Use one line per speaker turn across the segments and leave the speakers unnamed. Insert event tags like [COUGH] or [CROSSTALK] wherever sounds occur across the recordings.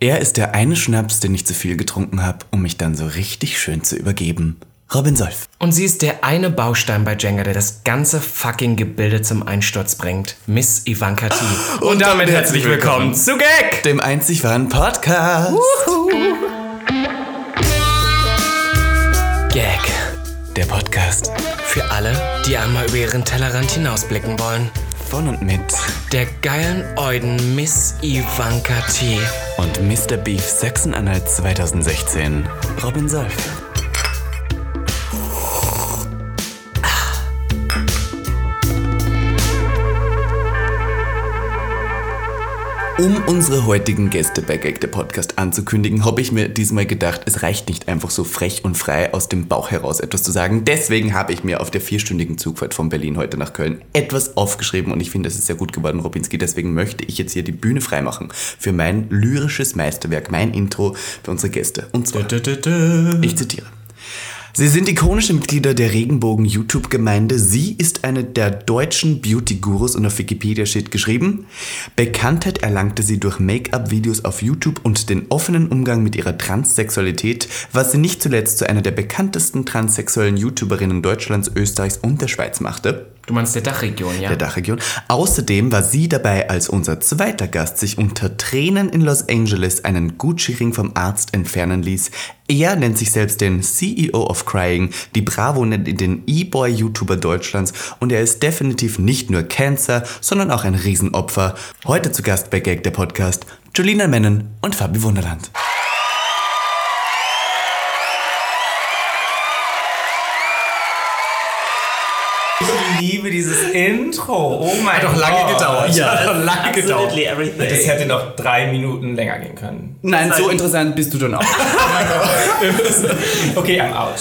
Er ist der eine Schnaps, den ich zu viel getrunken habe, um mich dann so richtig schön zu übergeben. Robin Solf.
Und sie ist der eine Baustein bei Jenga, der das ganze fucking Gebilde zum Einsturz bringt. Miss Ivanka T. Ah, Und, damit herzlich willkommen zu Gag!
Dem einzig wahren Podcast.
Gag.
Der Podcast
Für alle, die einmal über ihren Tellerrand hinausblicken wollen.
von und mit
Der geilen Euden Miss Ivanka T.
und Mr. Beef Sachsen-Anhalt 2016. Robin Solf. Um unsere heutigen Gäste bei Gag der Podcast anzukündigen, habe ich mir diesmal gedacht, es reicht nicht einfach so frech und frei aus dem Bauch heraus etwas zu sagen. Deswegen habe ich mir auf der vierstündigen Zugfahrt von Berlin heute nach Köln etwas aufgeschrieben und ich finde, es ist sehr gut geworden, Robinski. Deswegen möchte ich jetzt hier die Bühne freimachen für mein lyrisches Meisterwerk, mein Intro für unsere Gäste. Und zwar, ich zitiere. Sie sind ikonische Mitglieder der Regenbogen-YouTube-Gemeinde. Sie ist eine der deutschen Beauty-Gurus und auf Wikipedia steht geschrieben. Bekanntheit erlangte sie durch Make-up-Videos auf YouTube und den offenen Umgang mit ihrer Transsexualität, was sie nicht zuletzt zu einer der bekanntesten transsexuellen YouTuberinnen Deutschlands, Österreichs und der Schweiz machte
Du meinst der Dachregion, ja?
der Dachregion. Außerdem war sie dabei, als unser zweiter Gast sich unter Tränen in Los Angeles einen Gucci-Ring vom Arzt entfernen ließ. Er nennt sich selbst den CEO of Crying, die Bravo nennt ihn den E-Boy-YouTuber Deutschlands und er ist definitiv nicht nur Cancer, sondern auch ein Riesenopfer. Heute zu Gast bei Gag der Podcast, Julina Mennen und Fabi Wunderland.
Ich liebe dieses Intro. Oh mein Gott.
doch lange gedauert.
Ja, hat doch lange gedauert.
Absolutely everything.
Genau. Das hätte noch drei Minuten länger gehen können.
Nein, so interessant bist du dann auch.
Okay,
[LAUGHS]
I'm out.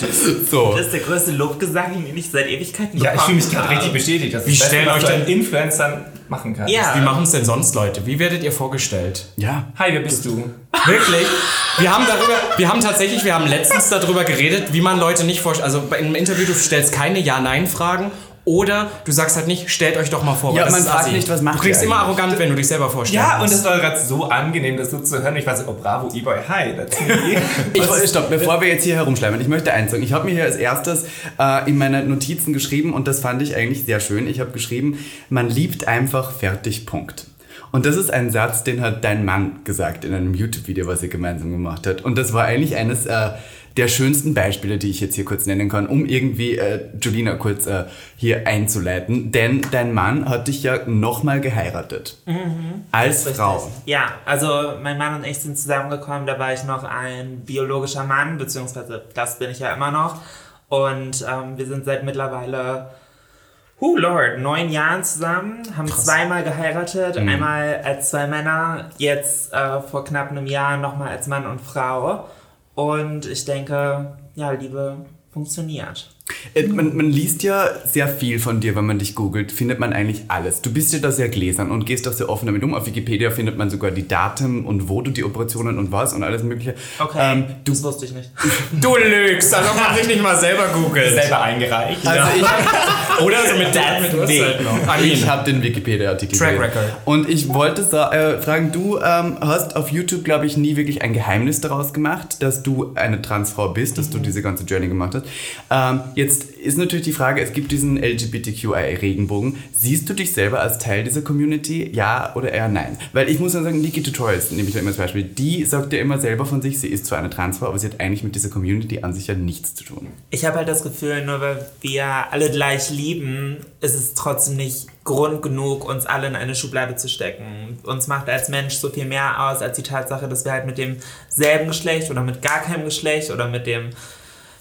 So.
Das ist der größte Lobgesang, den ich seit Ewigkeiten
Ja, ich fühle mich
bekommen
gerade richtig
habe.
bestätigt. Das
Wie stellen euch
dann
denn-
Influencern machen kann.
Ja.
Wie machen es denn sonst Leute? Wie werdet ihr vorgestellt?
Ja.
Hi, wer bist du?
[LAUGHS] Wirklich? Wir haben darüber, wir haben tatsächlich, wir haben letztens darüber geredet, wie man Leute nicht vorstellt. Also bei- im Interview, du stellst keine Ja-Nein-Fragen oder du sagst halt nicht, stellt euch doch mal vor. weil
Ja,
das
man
ist
fragt
assi.
nicht, was macht
Du klingst
ihr
immer arrogant, wenn du dich selber vorstellst.
Ja, und es war gerade so angenehm, das so zu hören. Ich war so, oh bravo, E-Boy, hi, that's me. [LAUGHS]
Ich wollte, stopp, bevor wir jetzt hier herumschleimen, ich möchte eins sagen. Ich habe mir hier als erstes äh, in meine Notizen geschrieben und das fand ich eigentlich sehr schön. Ich habe geschrieben, man liebt einfach fertig, Punkt. Und das ist ein Satz, den hat dein Mann gesagt in einem YouTube-Video, was ihr gemeinsam gemacht habt. Und das war eigentlich eines äh, der schönsten Beispiele, die ich jetzt hier kurz nennen kann, um irgendwie äh, Julina kurz äh, hier einzuleiten. Denn dein Mann hat dich ja nochmal geheiratet. Als Frau.
Ja, also mein Mann und ich sind zusammengekommen, da war ich noch ein biologischer Mann, beziehungsweise das bin ich ja immer noch. Und ähm, wir sind seit mittlerweile, who lord, neun Jahren zusammen, haben zweimal geheiratet,
Mhm.
einmal als zwei Männer, jetzt äh, vor knapp einem Jahr nochmal als Mann und Frau. Und ich denke, ja, Liebe funktioniert.
Äh, Man, man liest ja sehr viel von dir, wenn man dich googelt, findet man eigentlich alles. Du bist ja da sehr gläsern und gehst auch sehr offen damit um. Auf Wikipedia findet man sogar die Daten und wo du die Operationen und was und alles mögliche.
Okay,
Ähm, du,
das wusste ich nicht.
Du lügst, [LAUGHS] als ob man sich nicht mal selber googelt.
Selber eingereicht.
also
Oder so mit der mit Uhrzeit noch.
ich, ich habe den Wikipedia-Artikel
Track
gelesen.
Record.
Und ich wollte sa- äh, fragen, du ähm, hast auf YouTube, glaube ich, nie wirklich ein Geheimnis daraus gemacht, dass du eine Transfrau bist, dass du
Mhm.
diese ganze Journey gemacht hast. Ähm, jetzt ist natürlich die Frage, es gibt diesen LGBTQI-Regenbogen. Siehst du dich selber als Teil dieser Community? Ja oder eher nein? Weil ich muss ja sagen, Niki Tutorials, nehme ich da immer als Beispiel, die sagt ja immer selber von sich, sie ist zwar eine Transfrau, aber sie hat eigentlich mit dieser Community an sich ja nichts zu tun.
Ich habe halt das Gefühl, nur weil wir alle gleich lieben, ist es trotzdem nicht Grund genug, uns alle in eine Schublade zu stecken. Uns macht als Mensch so viel mehr aus, als die Tatsache, dass wir halt mit demselben Geschlecht oder mit gar keinem Geschlecht oder mit dem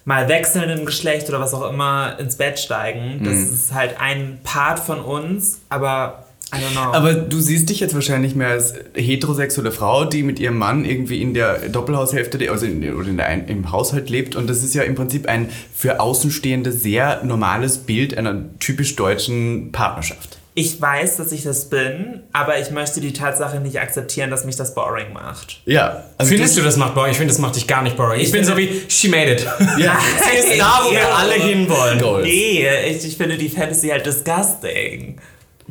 mal wechselnden Geschlecht oder was auch immer ins Bett steigen. Das ist halt ein Part von uns, aber I don't know.
Aber du siehst dich jetzt wahrscheinlich mehr als heterosexuelle Frau, die mit ihrem Mann irgendwie in der Doppelhaushälfte, der- also in, der- oder in der, ein- im Haushalt lebt. Und das ist ja im Prinzip ein für Außenstehende sehr normales Bild einer typisch deutschen Partnerschaft.
ich weiß, dass ich das bin, aber ich möchte die Tatsache nicht akzeptieren, dass mich das boring macht.
Ja. Also
Findest du das macht boring? Ich finde, das macht dich gar nicht boring. Ich bin so wie, she made it.
[LAUGHS] Ja.
Sie ist da, wo wir alle hinwollen.
Goals.
Nee, ich, ich finde die Fantasy halt disgusting.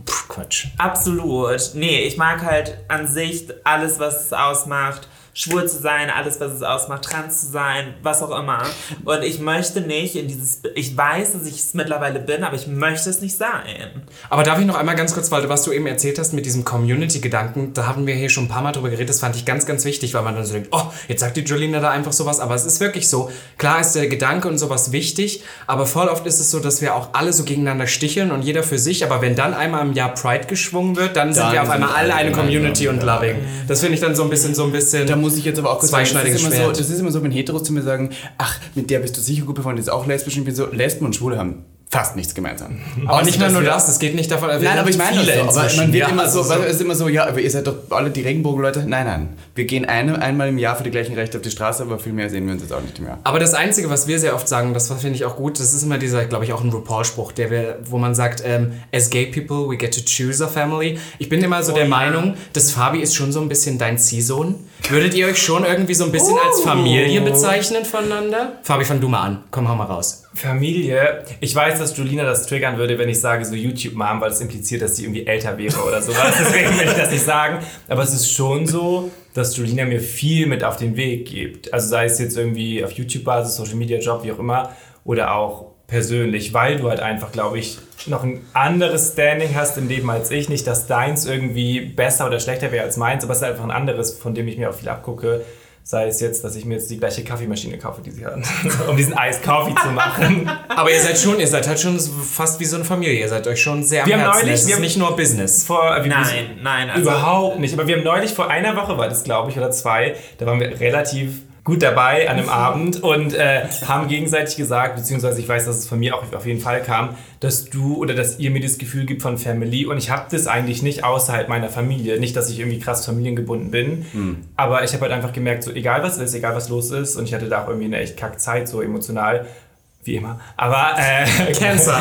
Pff, Quatsch.
Absolut. Nee, ich mag halt an sich alles, was es ausmacht. Schwul zu sein, alles, was es ausmacht, trans zu sein, was auch immer. Und ich möchte nicht in dieses. Ich weiß, dass ich es mittlerweile bin, aber ich möchte es nicht sein.
Aber darf ich noch einmal ganz kurz, weil du, was du eben erzählt hast mit diesem Community-Gedanken, da haben wir hier schon ein paar Mal drüber geredet, das fand ich ganz, ganz wichtig, weil man dann so denkt, oh, jetzt sagt die Jolina da einfach sowas, aber es ist wirklich so. Klar ist der Gedanke und sowas wichtig, aber voll oft ist es so, dass wir auch alle so gegeneinander sticheln und jeder für sich, aber wenn dann einmal im Jahr Pride geschwungen wird, dann, sind
Dann
wir auf
sind
einmal alle
alle
eine
gemeinsam,
Community und
ja.
loving. Das finde ich dann so ein bisschen, so ein bisschen...
Da muss ich jetzt aber auch kurz sagen, das
Zweischneidiges
ist, immer so,
Schwert.
das ist immer so, wenn Heteros zu mir sagen, ach, mit der bist du sicher gut befreundet, ist auch lesbisch. Und ich bin so, Lesben und Schwule haben fast nichts gemeinsam.
aber nicht mal nur das, es geht nicht davon...
Nein, aber ich meine das so. Aber man wird immer Also so,
so,
weil es ist immer so, ja, aber ihr seid doch alle die Regenbogenleute. Nein, nein. Wir gehen eine, einmal im Jahr für die gleichen Rechte auf die Straße, aber viel mehr sehen wir uns jetzt auch nicht mehr.
Aber das Einzige, was wir sehr oft sagen, das finde ich auch gut, das ist immer dieser, glaube ich, auch ein RuPaul-Spruch, der wir, wo man sagt, ähm, as gay people, we get to choose our family. Ich bin immer
Oh
so der Meinung, dass Fabi ist schon so ein bisschen dein Ziehsohn. Würdet ihr euch schon irgendwie so ein bisschen als
Oh.
Familie bezeichnen voneinander? Fabi, fang du mal an. Komm, hau mal raus.
Familie. Ich weiß, dass Julina das triggern würde, wenn ich sage so YouTube-Mom, weil das impliziert, dass sie irgendwie älter wäre oder sowas. Deswegen will ich das nicht sagen. Aber es ist schon so, dass Julina mir viel mit auf den Weg gibt. Also sei es jetzt irgendwie auf YouTube-Basis, Social-Media-Job, wie auch immer. Oder auch persönlich, weil du halt einfach, glaube ich, noch ein anderes Standing hast im Leben als ich. Nicht, dass deins irgendwie besser oder schlechter wäre als meins, aber es ist einfach ein anderes, von dem ich mir auch viel abgucke. Sei es jetzt, dass ich mir jetzt die gleiche Kaffeemaschine kaufe, die sie hat, [LAUGHS] um diesen Eis Coffee zu machen.
Aber ihr seid schon, ihr seid halt schon so fast wie so eine Familie. Ihr seid euch schon sehr am
Wir haben
Herzen.
neulich-
es
wir
ist
haben-
nicht nur Business.
Vor,
[LAUGHS]
wie-
Nein, nein. Also,
überhaupt nicht. Aber wir haben neulich vor einer Woche war das, glaube ich, oder zwei, da waren wir relativ gut dabei an einem
Mhm.
Abend und äh, haben gegenseitig gesagt, beziehungsweise ich weiß, dass es von mir auch auf jeden Fall kam, dass du oder dass ihr mir das Gefühl gibt von Family und ich habe das eigentlich nicht außerhalb meiner Familie. Nicht, dass ich irgendwie krass familiengebunden bin,
Hm.
aber ich habe halt einfach gemerkt, so egal was ist, egal was los ist und ich hatte da auch irgendwie eine echt kack Zeit, so emotional, wie immer. Aber
[LAUGHS]
äh, Cancer.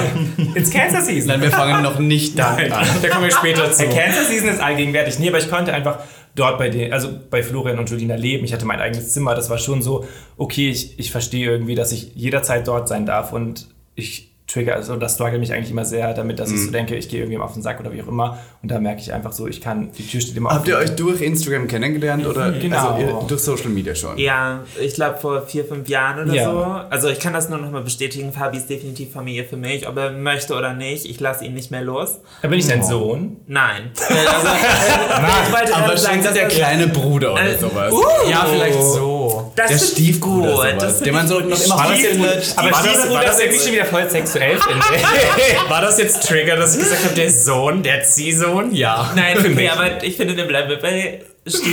It's Cancer Season.
Nein, wir fangen noch nicht damit an.
Da kommen wir später zu.
Der Cancer Season ist allgegenwärtig. Nee, aber ich konnte einfach dort bei den, also bei Florian und Julina leben. Ich hatte mein eigenes Zimmer. Das war schon so, okay, ich, ich verstehe irgendwie, dass ich jederzeit dort sein darf und ich trigger, also das struggle mich eigentlich immer sehr damit, dass
Mhm.
ich so denke, ich gehe irgendwem auf den Sack oder wie auch immer. Und da merke ich einfach so, ich kann, die Tür steht immer
Habt ihr euch durch Instagram kennengelernt oder
Genau.
also, ihr, durch Social Media schon?
Ja, ich glaube vor vier, fünf Jahren oder
Ja.
so. Also ich kann das nur noch mal bestätigen. Fabi ist definitiv Familie für mich, ob er möchte oder nicht. Ich lasse ihn nicht mehr los.
Da bin ich dein
Oh.
Sohn.
Nein. Äh, also, äh, ich wollte
Aber
gerade
schon
sagen,
so
dass
der
er
kleine Bruder oder
Äh,
sowas.
Ja, vielleicht so.
das
der
ist
Stiefbruder
gut,
sowas,
das
[LAUGHS] den man so noch immer
War das jetzt, aber
war
war
das-
das,
war das
irgendwie
jetzt-
schon wieder voll sexuell, finde ich.
War das jetzt Trigger, dass ich gesagt habe, der Sohn, der Ziehsohn? Ja.
Nein, für mich. aber ich finde, den bleiben wir bei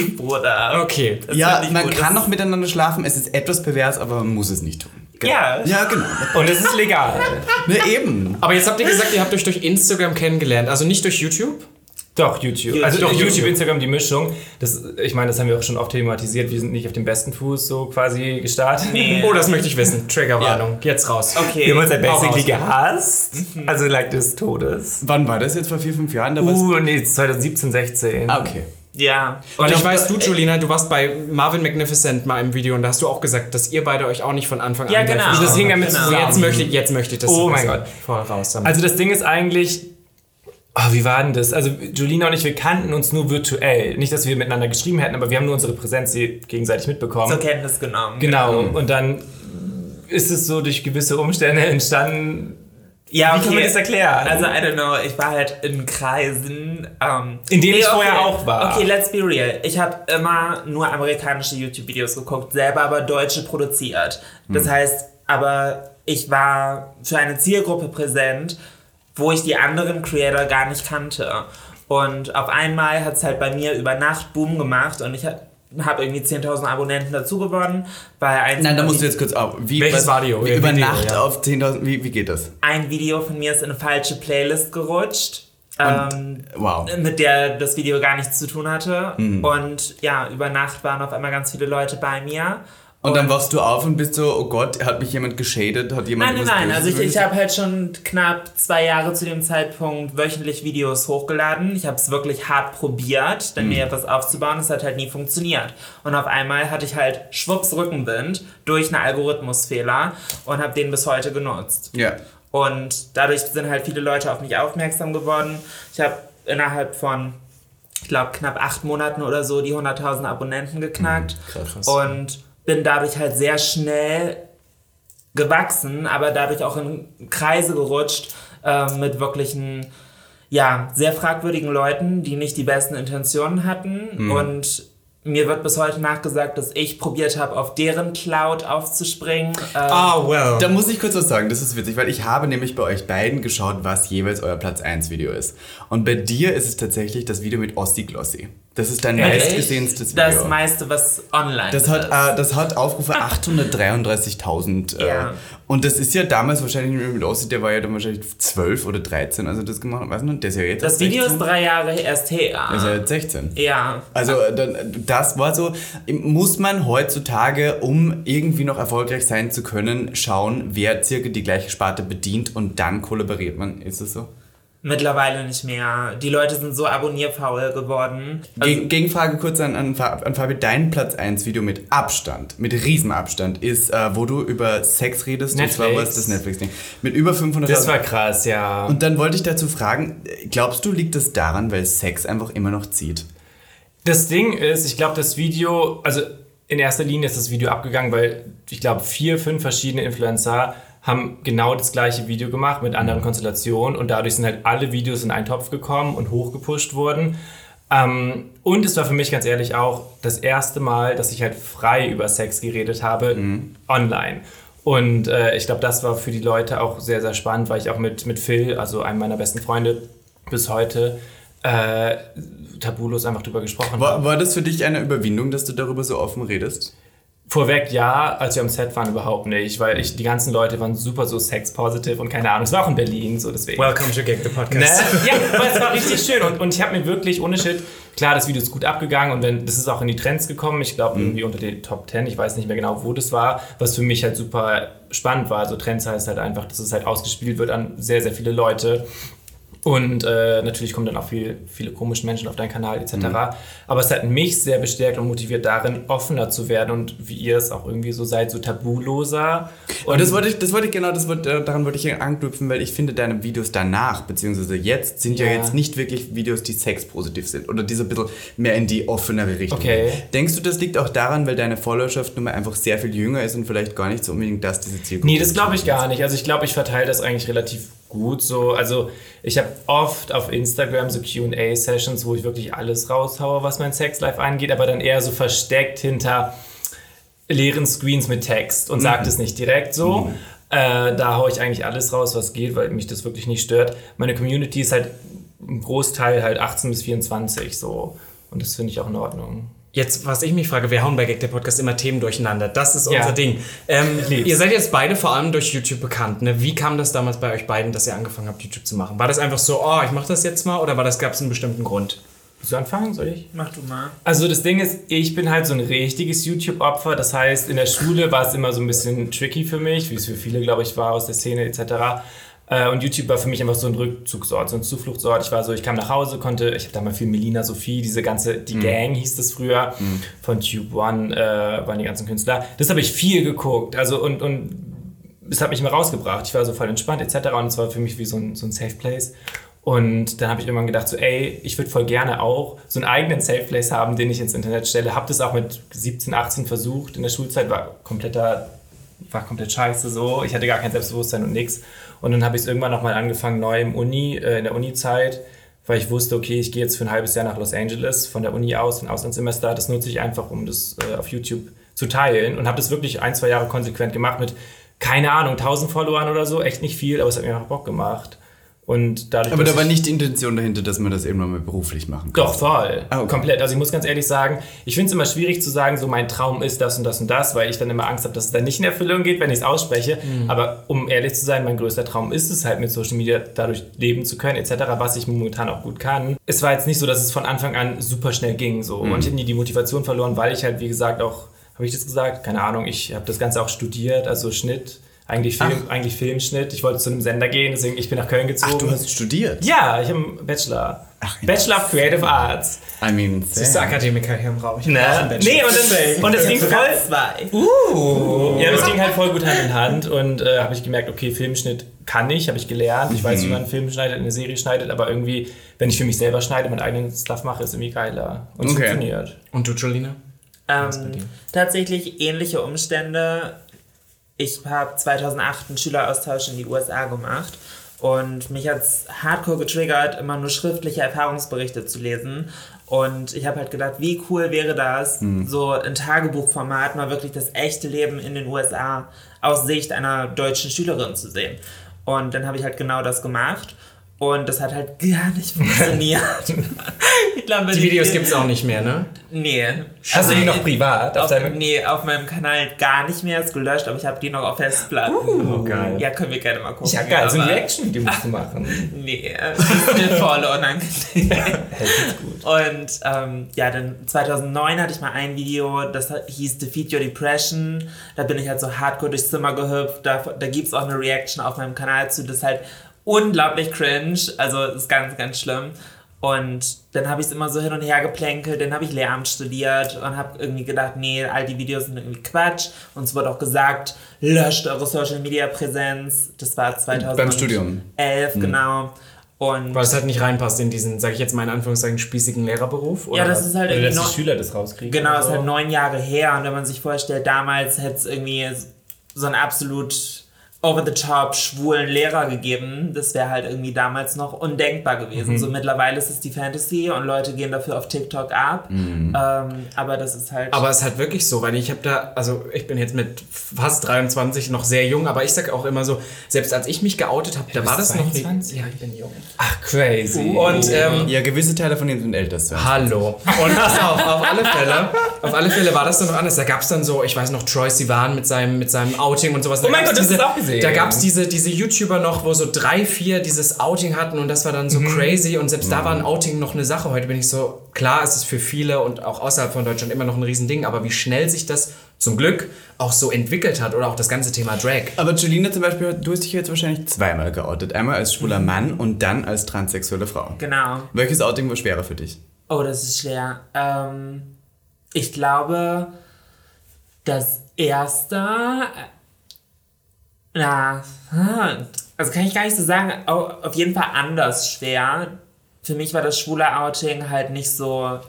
Stiefbruder.
Okay.
Das
Ja,
fand ich
man
gut.
kann
Das-
noch miteinander schlafen, es ist etwas pervers, aber man muss es nicht tun.
Ja.
Ja, genau.
Und es ist legal.
Ne, eben.
Aber jetzt habt ihr gesagt, ihr habt euch durch Instagram kennengelernt, also nicht durch YouTube.
Doch, YouTube.
YouTube.
Also doch, YouTube,
YouTube,
Instagram, die Mischung. Das, ich meine, das haben wir auch schon oft thematisiert. Wir sind nicht auf dem besten Fuß so quasi gestartet.
Nee.
Oh, das möchte ich wissen. Triggerwarnung. Jetzt raus.
Okay.
[LAUGHS] Wir haben uns ja basically
Auch
gehasst. Also like des Todes.
Wann war das jetzt vor vier, fünf Jahren? Da war's-
Uh, nee, 2017, 16.
Ah, okay.
Ja.
Weil ich weiß, du, Julina, du warst bei Marvin Magnificent mal im Video und da hast du auch gesagt, dass ihr beide euch auch nicht von Anfang
Ja,
an
genau.
getroffen
Das hing damit
habt.
zusammen.
Jetzt möchte, ich- jetzt möchte ich das
Oh
wissen.
mein Gott.
Voraus damit.
Also das Ding ist eigentlich, oh, wie war denn das? Also Julina und ich, wir kannten uns nur virtuell. Nicht, dass wir miteinander geschrieben hätten, aber wir haben nur unsere Präsenz je- gegenseitig mitbekommen.
Zur Kenntnis genommen.
Genau. Und dann ist es so durch gewisse Umstände entstanden.
Ja,
Wie kann man das erklären?
Also, I don't know, ich war halt in Kreisen. Ähm,
In denen ich vorher auch war.
Okay, let's be real. Ich habe immer nur amerikanische YouTube-Videos geguckt, selber aber deutsche produziert. Das
Hm.
heißt, aber ich war für eine Zielgruppe präsent, wo ich die anderen Creator gar nicht kannte. Und auf einmal hat es halt bei mir über Nacht Boom gemacht und ich habe hab irgendwie 10.000 Abonnenten dazu gewonnen, weil eins
Nein, da musst du jetzt kurz auf. Wie,
Welches
was-
Video?
Wie
Äh,
Ja,
über
Video,
Nacht
ja.
auf 10.000. Wie, wie geht das?
ein Video von mir ist in eine falsche Playlist gerutscht. ähm,
Wow.
mit der das Video gar nichts zu tun hatte. Und ja, über Nacht waren auf einmal ganz viele Leute bei mir.
Und dann wachst du auf und bist so, oh Gott, hat mich jemand geschadet? Hat jemand
Nein, nein,
was
nein.
Böses
Also ich,
über
ich
mich-
habe halt schon knapp zwei Jahre zu dem Zeitpunkt wöchentlich Videos hochgeladen. Ich habe es wirklich hart probiert, dann mir etwas aufzubauen. Es hat halt nie funktioniert. Und auf einmal hatte ich halt schwupps Rückenwind durch einen Algorithmusfehler und habe den bis heute genutzt.
Ja.
Und dadurch sind halt viele Leute auf mich aufmerksam geworden. Ich habe innerhalb von, ich glaube, knapp acht Monaten oder so die 100.000 Abonnenten geknackt.
Mhm, krass.
Und bin dadurch halt sehr schnell gewachsen, aber dadurch auch in Kreise gerutscht äh, mit wirklichen, ja, sehr fragwürdigen Leuten, die nicht die besten Intentionen hatten.
Mhm.
Und mir wird bis heute nachgesagt, dass ich probiert habe, auf deren Cloud aufzuspringen. Äh,
Oh, well.
Da muss ich kurz was sagen, das ist witzig, weil ich habe nämlich bei euch beiden geschaut, was jeweils euer Platz 1 Video ist. Und bei dir ist es tatsächlich das Video mit Ossi Glossy. Das ist dein
Echt?
meistgesehenstes Video.
das meiste, was online
Das hat,
ist.
äh, das hat Aufrufe 833.000. Äh,
Ja.
Und das ist ja damals wahrscheinlich mit Ossi, der war ja dann wahrscheinlich 12 oder 13, als er das gemacht hat. Weiß nicht, der ist ja jetzt
Das Video
16.
ist drei Jahre erst her.
Also
Ist er jetzt 16?
ja.
Also äh, dann, äh, das war so, muss man heutzutage, um irgendwie noch erfolgreich sein zu können, schauen, wer circa die gleiche Sparte bedient und dann kollaboriert man. Ist es so?
Mittlerweile nicht mehr. Die Leute sind so abonnierfaul geworden.
Also
Geg- Gegenfrage kurz an, an, Fa- an Fabi. Dein Platz 1 Video mit Abstand, mit Riesenabstand, ist, äh, wo du über Sex redest. Und zwar war es
Netflix.
das Netflix-Ding. Mit über 500.000.
Das war krass, ja.
und dann wollte ich dazu fragen, äh, glaubst du, liegt es daran, weil Sex einfach immer noch zieht?
Das Ding ist, ich glaube, das Video, also in erster Linie ist das Video abgegangen, weil ich glaube, vier, fünf verschiedene Influencer haben genau das gleiche Video gemacht mit anderen Konstellationen und dadurch sind halt alle Videos in einen Topf gekommen und hochgepusht worden. Ähm, und es war für mich ganz ehrlich auch das erste Mal, dass ich halt frei über Sex geredet habe online. Und äh, ich glaube, das war für die Leute auch sehr, sehr spannend, weil ich auch mit, mit Phil, also einem meiner besten Freunde bis heute, äh, tabulos einfach drüber gesprochen habe.
War, war das für dich eine Überwindung, dass du darüber so offen redest?
Vorweg ja, als wir am Set waren, überhaupt nicht, weil ich, die ganzen Leute waren super so sex-positive und keine Ahnung, es war auch in Berlin, so deswegen.
Welcome to Gag the Podcast.
Ne? [LAUGHS] Ja, aber es war richtig schön. Und, und ich habe mir wirklich, ohne Shit, klar, das Video ist gut abgegangen und dann, das ist auch in die Trends gekommen. Ich
Mhm.
glaube, irgendwie unter den Top 10, ich weiß nicht mehr genau, wo das war, was für mich halt super spannend war. Also Trends heißt halt einfach, dass es halt ausgespielt wird an sehr, sehr viele Leute. Und äh, natürlich kommen dann auch viel, viele komische Menschen auf deinen Kanal etc.
Mhm.
Aber es hat mich sehr bestärkt und motiviert darin, offener zu werden und wie ihr es auch irgendwie so seid, so tabuloser.
Und das wollte ich, das wollte ich genau, das wollte, äh, daran wollte ich ja anknüpfen, weil ich finde, deine Videos danach, beziehungsweise jetzt, sind ja,
Ja.
jetzt nicht wirklich Videos, die sexpositiv sind oder die so ein bisschen mehr in die offenere Richtung
Okay.
gehen. Denkst du, das liegt auch daran, weil deine Followerschaft nun mal einfach sehr viel jünger ist und vielleicht gar nicht so unbedingt das, diese Zielgruppe
Nee, das
ist?
glaube ich gar nicht. Also ich glaube, ich verteile das eigentlich relativ gut so. Also ich habe oft auf Instagram so Q&A-Sessions, wo ich wirklich alles raushaue, was mein Sexlife angeht, aber dann eher so versteckt hinter leeren Screens mit Text und sagt es nicht direkt so. Äh, da haue ich eigentlich alles raus, was geht, weil mich das wirklich nicht stört. Meine Community ist halt im Großteil halt 18 bis 24 so. Und das finde ich auch in Ordnung.
Jetzt, was ich mich frage, wir hauen bei Gag der Podcast immer Themen durcheinander. Das ist
Ja.
unser Ding. [LAUGHS] Ähm,
lieb's.
ihr seid jetzt beide vor allem durch YouTube bekannt. Ne? Wie kam das damals bei euch beiden, dass ihr angefangen habt, YouTube zu machen? War das einfach so, oh, ich mache das jetzt mal oder war das gab es einen bestimmten Grund?
Willst du anfangen? Soll ich?
Mach du mal.
Also das Ding ist, ich bin halt so ein richtiges YouTube-Opfer. Das heißt, in der Schule war es immer so ein bisschen tricky für mich, wie es für viele, glaube ich, war aus der Szene etc. Äh, Und YouTube war für mich einfach so ein Rückzugsort, so ein Zufluchtsort. Ich war so, ich kam nach Hause, konnte, ich habe da mal viel Melina Sophie, diese ganze, die Gang hieß das früher, von Tube One äh, waren die ganzen Künstler. Das habe ich viel geguckt. Also und, und es hat mich immer rausgebracht. Ich war so voll entspannt etc. Und es war für mich wie so ein, so ein Safe Place. Und dann habe ich irgendwann gedacht, so, ey, ich würde voll gerne auch so einen eigenen Safe Place haben, den ich ins Internet stelle. Habe das auch mit 17, 18 versucht. In der Schulzeit war kompletter war komplett scheiße so. Ich hatte gar kein Selbstbewusstsein und nix. Und dann habe ich es irgendwann nochmal angefangen, neu im Uni, äh, in der Uni-Zeit, weil ich wusste, okay, ich gehe jetzt für ein halbes Jahr nach Los Angeles von der Uni aus, ein Auslandssemester. Das nutze ich einfach, um das äh, auf YouTube zu teilen und habe das wirklich ein, zwei Jahre konsequent gemacht mit, keine Ahnung, 1000 Followern oder so. Echt nicht viel, aber es hat mir einfach Bock gemacht. Und dadurch,
Aber
dass
da war
ich-
nicht die Intention dahinter, dass man das eben nochmal beruflich machen kann.
doch, voll.
Ah, okay.
Komplett. Also ich muss ganz ehrlich sagen, ich finde es immer schwierig zu sagen, so mein Traum ist das und das und das, weil ich dann immer Angst habe, dass es dann nicht in Erfüllung geht, wenn ich es ausspreche.
Mhm.
Aber um ehrlich zu sein, mein größter Traum ist es halt mit Social Media dadurch leben zu können, etc., was ich momentan auch gut kann. Es war jetzt nicht so, dass es von Anfang an super schnell ging. So.
Mhm.
Und ich habe nie die Motivation verloren, weil ich halt, wie gesagt, auch, habe ich das gesagt? Keine Ahnung, ich habe das Ganze auch studiert, also Schnitt. Eigentlich, Film, eigentlich Filmschnitt. Ich wollte zu einem Sender gehen, deswegen ich bin nach Köln gezogen.
Ach, du hast studiert?
ja, ich habe einen Bachelor. Bachelor of Creative Arts.
I mean,
Ist der Akademiker hier im Raum? Ich hab auch einen
Ne?
Bachelor.
Nee, und das, und das ging voll. [LAUGHS]
Zwei.
Uh. Ja, das ging halt voll gut Hand in Hand und äh, habe ich gemerkt, okay, Filmschnitt kann ich, habe ich gelernt. Ich weiß, wie man einen Film schneidet, eine Serie schneidet, aber irgendwie, wenn ich für mich selber schneide, meinen eigenen Stuff mache, ist irgendwie geiler. Und es
Okay.
funktioniert.
Und du, Jolina?
Ähm, tatsächlich ähnliche Umstände. Ich habe 2008 einen Schüleraustausch in die USA gemacht und mich hat es hardcore getriggert, immer nur schriftliche Erfahrungsberichte zu lesen. Und ich habe halt gedacht, wie cool wäre das,
Hm.
so in Tagebuchformat mal wirklich das echte Leben in den USA aus Sicht einer deutschen Schülerin zu sehen. Und dann habe ich halt genau das gemacht und das hat halt [LAUGHS] gar nicht funktioniert.
[LAUGHS]
ich glaube,
Die Videos gibt's auch nicht mehr, ne?
Nee.
Hast du die noch privat? Auf
Auf,
deinem
nee, auf meinem Kanal gar nicht mehr, ist gelöscht, aber ich habe die noch auf Festplatten.
Oh, geil.
Ja, können wir gerne mal gucken.
ja, geil, Also so ein
aber-
Reaction-Video musst du machen.
Nee, das ist mir voll unangenehm. Und ähm, ja, dann 2009 hatte ich mal ein Video, das hieß Defeat Your Depression. Da bin ich halt so hardcore durchs Zimmer gehüpft. Da, da gibt es auch eine Reaction auf meinem Kanal zu. Das ist halt unglaublich cringe. Also ist ganz, ganz schlimm. Und dann habe ich es immer so hin und her geplänkelt. Dann habe ich Lehramt studiert und habe irgendwie gedacht, nee, all die Videos sind irgendwie Quatsch. Uns wurde auch gesagt, löscht eure Social Media Präsenz. Das war 2011,
Studium.
genau. Und
Weil es halt nicht reinpasst in diesen, sag ich jetzt mal in Anführungszeichen, spießigen Lehrerberuf. Oder
ja, das ist halt
Oder
irgendwie
dass
noch,
die Schüler das rauskriegen.
Genau,
oder
es
so.
ist halt neun Jahre her und wenn man sich vorstellt, damals hätte es irgendwie so einen absolut over-the-top schwulen Lehrer gegeben, das wäre halt irgendwie damals noch undenkbar gewesen. So mittlerweile ist es die Fantasy und Leute gehen dafür auf TikTok ab, ähm, aber das ist halt...
Aber es ist halt wirklich so, weil ich habe da, also ich bin jetzt mit fast 23 noch sehr jung, aber ich sag auch immer so, selbst als ich mich geoutet habe, da war das noch nicht. Ja, ich bin jung.
Ach, crazy.
Und ähm,
Ja, gewisse Teile von ihm sind älter. Sir.
Hallo. Und pass auf, auf alle Fälle, auf alle Fälle war das dann noch anders. Da gab es dann so, ich weiß noch, Troy Sivan mit seinem, mit seinem Outing und sowas. Da
Oh mein
gab's
Gott, das
diese,
ist auch gesehen.
Da gab es diese, diese YouTuber noch, wo so drei, vier dieses Outing hatten und das war dann so
Mhm.
crazy und selbst da war ein Outing noch eine Sache. Heute bin ich so, klar ist es für viele und auch außerhalb von Deutschland immer noch ein Riesending, aber wie schnell sich das zum Glück auch so entwickelt hat oder auch das ganze Thema Drag.
Aber Julina zum Beispiel, du hast dich jetzt wahrscheinlich zweimal geoutet. Einmal als schwuler
Mhm.
Mann und dann als transsexuelle Frau.
genau.
Welches Outing war schwerer für dich?
Oh, das ist schwer. Ähm, ich glaube, das erste. äh, Na, hm, also kann ich gar nicht so sagen. Au- Auf jeden Fall anders schwer. Für mich war das schwule Outing halt nicht so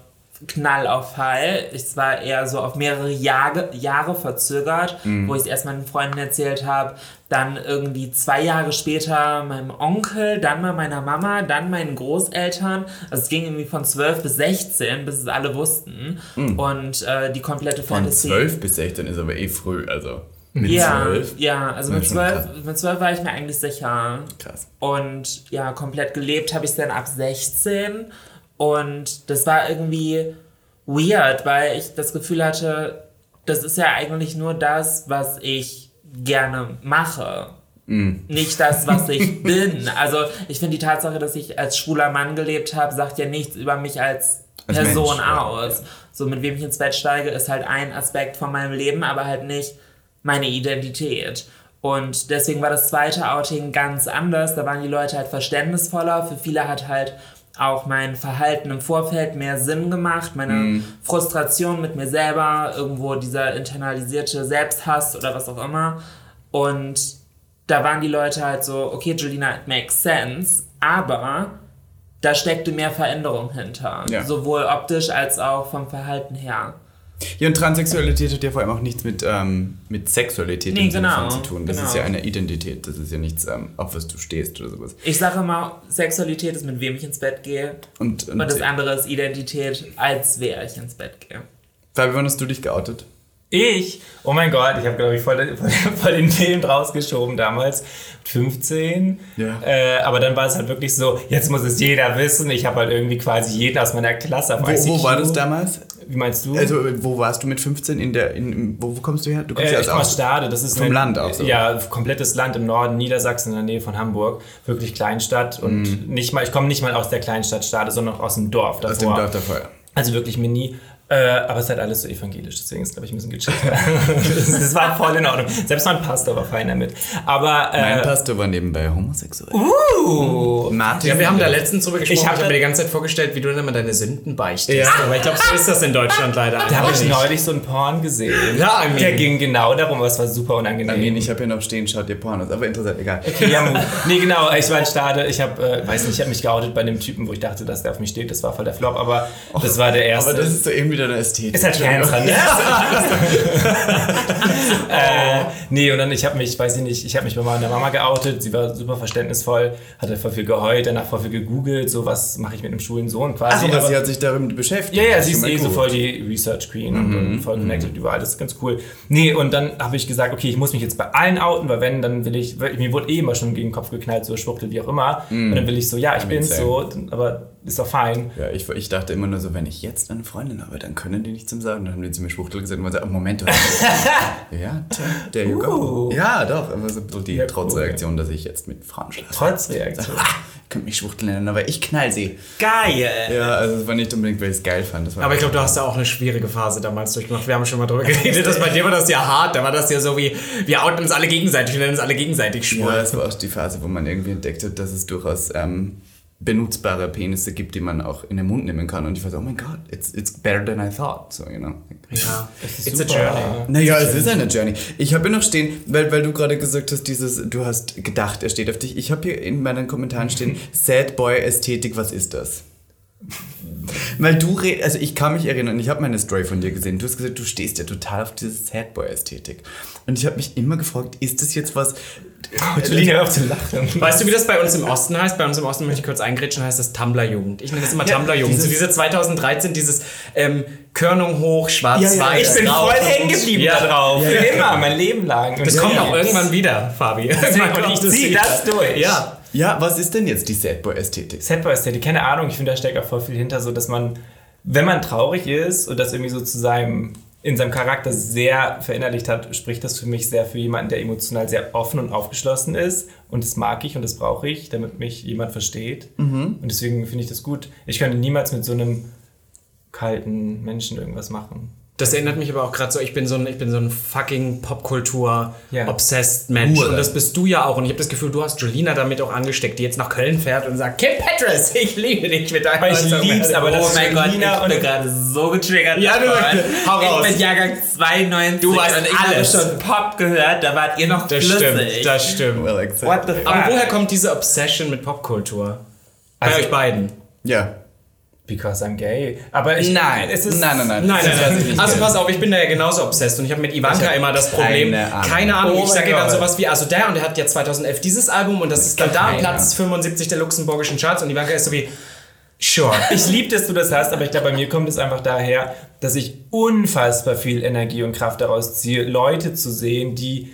Knall auf Fall. Es war eher so auf mehrere Jahre, Jahre verzögert, wo ich es erst meinen Freunden erzählt habe, dann irgendwie zwei Jahre später meinem Onkel, dann mal meiner Mama, dann meinen Großeltern. Also es ging irgendwie von 12 bis 16, bis es alle wussten. Und äh, die komplette
Von
Fantasy.
12 bis 16 ist aber eh früh, also mit
Ja,
12.
ja, also
Ja,
mit
schon
zwölf, mit zwölf war ich mir eigentlich sicher.
Krass.
Und ja, komplett gelebt habe ich es dann ab 16. Und das war irgendwie weird, weil ich das Gefühl hatte, das ist ja eigentlich nur das, was ich gerne mache. Nicht das,
[LAUGHS]
was ich bin. Also ich finde die Tatsache, dass ich als schwuler Mann gelebt habe, sagt ja nichts über mich als
Als
Person
Mensch, ja.
aus. So mit wem ich ins Bett steige, ist halt ein Aspekt von meinem Leben, aber halt nicht meine Identität. Und deswegen war das zweite Outing ganz anders. Da waren die Leute halt verständnisvoller. Für viele hat halt auch mein Verhalten im Vorfeld mehr Sinn gemacht. Meine
Mhm.
Frustration mit mir selber, irgendwo dieser internalisierte Selbsthass oder was auch immer. Und da waren die Leute halt so, okay, Julina, it makes sense, aber da steckte mehr Veränderung hinter.
Ja.
Sowohl optisch als auch vom Verhalten her.
Ja, und Transsexualität hat ja vor allem auch nichts mit, ähm, mit Sexualität
Nee,
im Sinne
genau,
von zu tun. Das
genau.
ist ja eine Identität, das ist ja nichts, ähm, auf was du stehst oder sowas.
Ich sage immer, Sexualität ist, mit wem ich ins Bett gehe.
Und, und,
Und das andere ist Identität, als wäre ich ins Bett gehe.
Fabi, wann hast du dich geoutet?
Ich? Oh mein Gott, ich habe, glaube ich, voll, den- voll, voll den Film rausgeschoben damals. Mit 15.
Ja.
Äh, aber dann war es halt wirklich so, jetzt muss es jeder wissen. Ich habe halt irgendwie quasi jeder aus meiner Klasse auf
Wo, wo
ICQ.
war das damals?
Wie meinst du?
Also, wo warst du mit 15? In der, in, in, wo, wo kommst du her? Du kommst
äh,
ja
ich
aus
komme
Aus-
aus Stade, das ist
Vom
ein-
Land auch so.
Ja, komplettes Land im Norden, Niedersachsen in der Nähe von Hamburg, wirklich Kleinstadt und
Mhm.
nicht mal, ich komme nicht mal aus der Kleinstadt Stade, sondern aus dem Dorf davor.
aus dem Dorf davor.
Also wirklich mini. Äh, aber es ist halt alles so evangelisch, deswegen ist glaube ich, ein bisschen gechillt. das, das war voll in Ordnung. Selbst mein Pastor war fein damit. Aber
Mein
äh,
Pastor war nebenbei homosexuell.
Martin. Ja, wir haben da letztens drüber gesprochen. Ich
hab
habe
da-
mir die ganze Zeit vorgestellt, wie du dann immer deine Sünden beichtest. Aber ich glaube, so ist das in Deutschland leider.
da habe ich
nicht.
neulich so einen Porn gesehen.
Ja, I mean.
Der ging genau darum, aber es war super
I
unangenehm.
mean, ich habe hier noch stehen, schaut dir Pornos, aber interessant, egal.
Ja, Mut. nee, genau. Ich war in Stade. Ich habe, äh, weiß nicht, ich habe mich geoutet bei dem Typen, wo ich dachte, dass der auf mich steht. Das war voll der Flop, aber das war der erste.
Aber das ist so eben wieder eine Ästhetik.
Ist halt Cancer, ne? äh, nee, und dann, ich habe mich, weiß ich nicht, ich habe mich bei meiner Mama geoutet, sie war super verständnisvoll, hatte voll viel geheult, danach voll viel gegoogelt, so was mache ich mit einem schwulen Sohn
Ach,
quasi.
aber sie
aber-
hat sich damit beschäftigt.
ja, ja,
Das
sie
schon Mhm.
ist
mal
eh so
gut.
voll die Research Queen und, und voll connected überall, das ist ganz cool. Nee, und dann habe ich gesagt, okay, ich muss mich jetzt bei allen outen, weil wenn, dann will ich, weil mir wurde eh immer schon gegen den Kopf geknallt, so Schwuchtel, wie auch immer.
Mhm.
Und dann will ich so, ja, ich bin
insane.
so, aber ist doch fein.
Ja, ich, ich dachte immer nur so, wenn ich jetzt eine Freundin habe, dann können die nicht zum Sagen. Dann haben die zu mir Schwuchtel gesagt und man sagt, oh, Moment, du
[LAUGHS]
hast Ja, t- there you go. Ja, doch, aber so ein bisschen die
Uh. Ja,
Trotzreaktion, dass ich jetzt mit Frauen schlafe.
Trotz Reaktion.
Ah, ihr könnt mich Schwuchtel nennen, aber ich knall sie.
Geil!
Ja, also es war nicht unbedingt, weil ich es geil fand. Das war
Aber ich glaube, du hast da auch eine schwierige Phase damals durchgemacht. Wir haben schon mal drüber geredet, dass bei dir war das ja hart. Da war das ja so wie, wir outen uns alle gegenseitig, wir nennen uns alle gegenseitig schwul.
Ja, das war auch die Phase, wo man irgendwie entdeckt hat, dass es durchaus ähm, benutzbare Penisse gibt, die man auch in den Mund nehmen kann. Und ich war so, oh mein Gott, it's, it's better than I thought. So, you know.
Ja. It's a
super.
journey.
Naja, es ist eine Journey. Ich habe hier noch stehen, weil, weil du gerade gesagt hast, dieses, du hast gedacht, er steht auf dich. Ich habe hier in meinen Kommentaren stehen,
[LAUGHS]
Sad Boy Ästhetik, was ist das? Weil du, re- also ich kann mich erinnern, ich habe meine Story von dir gesehen. Du hast gesagt, du stehst ja total auf diese Sad Boy Ästhetik. Und ich habe mich immer gefragt, ist das jetzt was?
Julian, hör auf zu lachen.
Weißt du, wie das bei uns im Osten heißt? Bei uns im Osten möchte ich kurz eingrätschen, heißt das Tumblr-Jugend. Ich nenne das immer Tumblr-Jugend. So
dieses-
diese 2013, dieses ähm, Körnung hoch, schwarz-weiß.
Ja, ja,
Ich bin
grau.
voll hängen geblieben
Ja.
da drauf. Für immer, mein Leben lang.
Das kommt auch irgendwann wieder, Fabi. Irgendwann
kommt-
komme ich das
zieh
wieder.
das durch.
Ja.
Ja, was ist denn jetzt die Sad Boy Ästhetik?
Setboy Ästhetik, keine Ahnung, ich finde, da steckt auch voll viel hinter, so dass man, wenn man traurig ist und das irgendwie so zu seinem, in seinem Charakter sehr verinnerlicht hat, spricht das für mich sehr für jemanden, der emotional sehr offen und aufgeschlossen ist. Und das mag ich und das brauche ich, damit mich jemand versteht. Und deswegen finde ich das gut. Ich könnte niemals mit so einem kalten Menschen irgendwas machen.
Das erinnert mich aber auch gerade so, ich bin so ein, ich bin so ein fucking
Ja.
Popkultur-obsessed Mensch.
Hure.
Und das bist du ja auch. Und ich habe das Gefühl, du hast Julina damit auch angesteckt, die jetzt nach Köln fährt und sagt, Kim Petras, [LAUGHS] ich liebe dich mit deinem
Aber ich lieb's, aber das
oh
ist
mein Gott,
Julina
ich
und-
bin gerade
So getriggert.
Ja, du-
davon.
hau raus.
Ich bin Jahrgang 92.
Du weißt
und ich
alles.
habe schon Pop gehört, da wart ihr noch
Das
flüssig.
stimmt, das stimmt.
Well, exactly.
What the fuck?
Aber woher kommt diese Obsession mit Popkultur? Bei
Also-
euch beiden.
Ja.
Because I'm gay. Aber ich,
Nein.
es ist.
Nein, nein, nein.
Nein,
das ist
nein,
tatsächlich
nein. Also
nicht.
pass auf, ich bin da ja genauso obsessed und ich habe mit Ivanka
Ich hab
immer das
keine
Problem.
Ahnung.
Keine Ahnung.
Oh
ich sage
mein
ihr dann
Gott.
sowas wie, also der und der hat ja 2011 dieses Album und das ist dann da
Keine
Platz 75 der luxemburgischen Charts und Ivanka ist so wie, sure.
Ich liebe, dass du das hast, aber ich glaube, bei mir kommt es einfach daher, dass ich unfassbar viel Energie und Kraft daraus ziehe, Leute zu sehen, die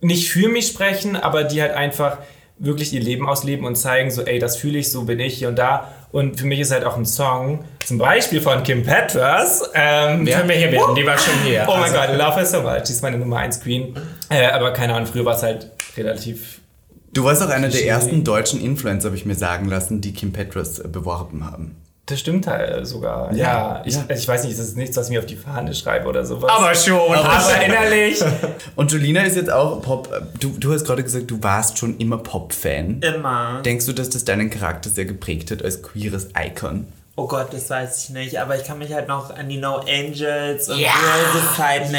nicht für mich sprechen, aber die halt einfach wirklich ihr Leben ausleben und zeigen, so, ey, das fühle ich, so bin ich hier und da. Und für mich ist halt auch ein Song, zum Beispiel von Kim Petras. Ähm,
Können wir hier werden, die war schon hier. Also
Oh
Also-
mein Gott, love her so much. Die ist meine Nummer 1 Queen. Äh, aber keine Ahnung, früher war es halt relativ
Du warst auch einer der ersten deutschen Influencer, habe ich mir sagen lassen, die Kim Petras äh, beworben haben.
Das stimmt halt sogar.
Ja,
Ja, ich, also
ja.
ich weiß nicht, das ist nichts, was ich mir auf die Fahne schreibe oder sowas.
Aber schon. Also
aber, innerlich.
Und Julina ist jetzt auch Pop. äh, Du, du hast gerade gesagt, du warst schon immer Pop-Fan.
Immer.
Denkst du, dass das deinen Charakter sehr geprägt hat als queeres Icon?
Oh Gott, das weiß ich nicht, aber ich kann mich halt noch an die No Angels und
Ja.
Rose Zeiten
Ja.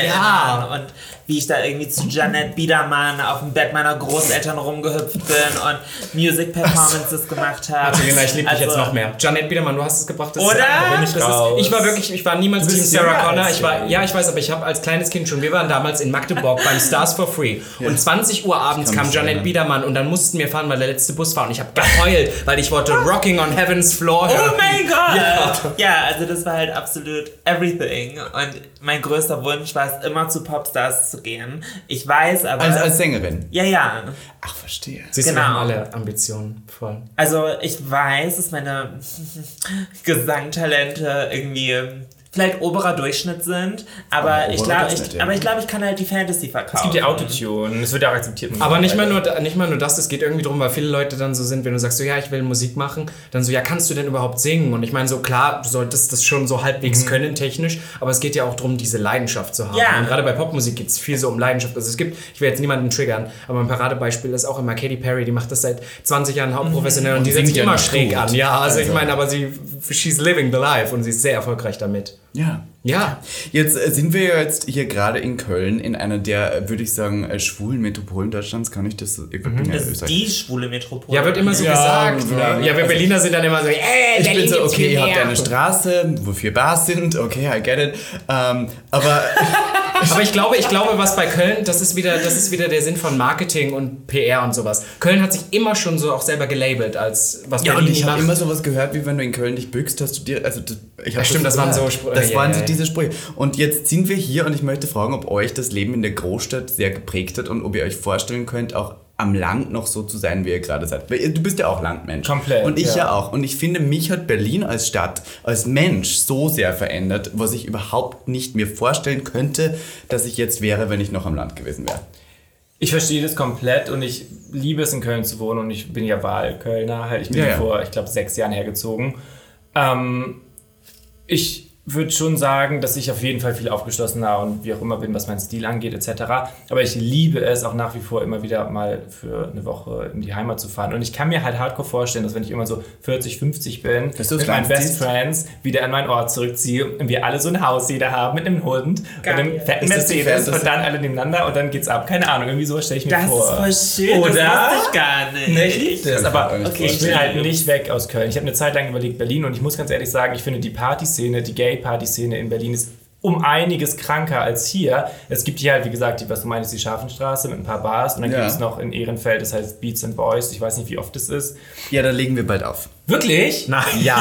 erinnern und wie ich da irgendwie zu Janet Biedermann auf dem Bett meiner Großeltern rumgehüpft bin und Music Performances gemacht habe.
Julina, ich liebe dich
Also,
jetzt noch mehr. Janet Biedermann, du hast es gebracht. Das
Oder?
Ist, da bin ich, das
raus.
ist, ich war wirklich, ich war niemals Team
bist
Sarah
jünger
Connor.
als
Ich war,
Janet.
ja, ich weiß, aber ich habe als kleines Kind schon, wir waren damals in Magdeburg beim Stars for Free. Und 20 Uhr abends
kann
kam
mich
Janet
erinnern.
Biedermann und dann mussten wir fahren, weil der letzte Bus war. Und ich habe geheult, weil ich wollte Rocking on Heaven's Floor hören.
Oh mein Gott!
Ja.
Ja. also das war halt absolut everything. Und mein größter Wunsch war es, immer zu Popstars zu gehen. Ich weiß, aber.
Also als Sängerin.
ja, ja.
Ach, verstehe.
Siehst du, wir
Genau.
haben alle Ambitionen voll.
[LAUGHS] Also ich weiß, dass meine Gesangtalente irgendwie vielleicht oberer Durchschnitt sind, aber,
Aber
ich
oberer
glaube,
Durchschnitt,
ich,
ja.
aber ich glaube, ich kann halt die Fantasy verkaufen.
Es gibt ja Autotune, es wird ja auch akzeptiert.
Aber nicht mal, nur, da- nicht mal nur das, es geht irgendwie drum, weil viele Leute dann so sind, wenn du sagst, so ja, ich will Musik machen, dann so, ja, kannst du denn überhaupt singen? Und ich meine, so klar, du solltest das schon so
Mhm.
halbwegs können technisch, aber es geht ja auch drum, diese Leidenschaft zu haben.
Ja.
Und gerade bei Popmusik geht es viel so um Leidenschaft. Also es gibt, ich will jetzt niemanden triggern, aber ein Paradebeispiel ist auch immer Katy Perry, die macht das seit 20 Jahren hauptprofessionell und die setzt
Mhm. singt
sich
ja
immer
nicht
schräg
gut.
an. Ja, also, ich
Also-
meine, aber sie, she's living the life und sie ist sehr erfolgreich damit.
Ja.
Ja.
Jetzt äh, sind wir ja jetzt hier gerade in Köln, in einer der, äh, würde ich sagen, äh, schwulen Metropolen Deutschlands. Kann ich das? Ich bin ja
Das ist
Österreich.
die schwule Metropole.
Ja, wird immer so
Ja,
gesagt.
so.
Ne? Ja, wir Berliner sind dann immer so, ey,
Ich bin
Berlin
so,
gibt's
okay,
viel
ihr habt
mehr.
eine Straße, wo vier Bars sind, okay, I get it. Ähm, aber
Aber ich glaube, ich glaube, was bei Köln, das ist wieder, das ist wieder der Sinn von Marketing und PR und sowas. Köln hat sich immer schon so auch selber gelabelt als was
Ja, und
Berlin
ich habe
macht.
immer sowas gehört, wie wenn du in Köln dich bückst, dass du dir. Also, das- ich hab
Ja, stimmt, das waren
gehört.
so Sprüche.
Das
Ja,
waren
ja,
so
ja.
diese Sprüche. Und jetzt sind wir hier und ich möchte fragen, ob euch das Leben in der Großstadt sehr geprägt hat und ob ihr euch vorstellen könnt, auch am Land noch so zu sein, wie ihr gerade seid. Weil ihr- du bist ja auch Landmensch.
Komplett,
Und ich ja.
ja.
auch. Und ich finde, mich hat Berlin als Stadt, als Mensch so sehr verändert, was ich überhaupt nicht mir vorstellen könnte, dass ich jetzt wäre, wenn ich noch am Land gewesen wäre.
Ich verstehe das komplett und ich liebe es, in Köln zu wohnen und ich bin ja Wahlkölner. halt. Ich bin
Ja, ja.
vor, ich glaube, sechs Jahren hergezogen. Ähm, ich würde schon sagen, dass ich auf jeden Fall viel aufgeschlossener und wie auch immer bin, was meinen Stil angeht, etc. Aber ich liebe es auch nach wie vor immer wieder mal für eine Woche in die Heimat zu fahren. Und ich kann mir halt hardcore vorstellen, dass wenn ich immer so 40, 50 bin,
Dass du
mit
es
meinen Best
langziehst.
Friends wieder an meinen Ort zurückziehe und wir alle so ein Haus jeder haben mit einem Hund
Geil.
und einem fetten
Ist das die
Mercedes
Fantasy?
und dann alle nebeneinander und dann geht's ab. Keine Ahnung, irgendwie so stelle ich mir
das
vor.
ist voll schön.
Oder?
Das wusste ich gar nicht.
Nee, ich liebe das,
Kann ich
aber
mir auch nicht
okay, ich
vorstellen.
bin halt nicht weg aus Köln. Ich habe eine Zeit lang überlegt Berlin und ich muss ganz ehrlich sagen, ich finde die Partyszene, die Gay-Party-Szene in Berlin ist um einiges kranker als hier. Es gibt hier halt, wie gesagt, die, was du meinst, die Scharfenstraße mit ein paar Bars und dann
Ja.
gibt es noch in Ehrenfeld, das heißt Beats and Boys, ich weiß nicht, wie oft das ist.
Ja, da legen wir bald auf.
Wirklich?
Nein, ja.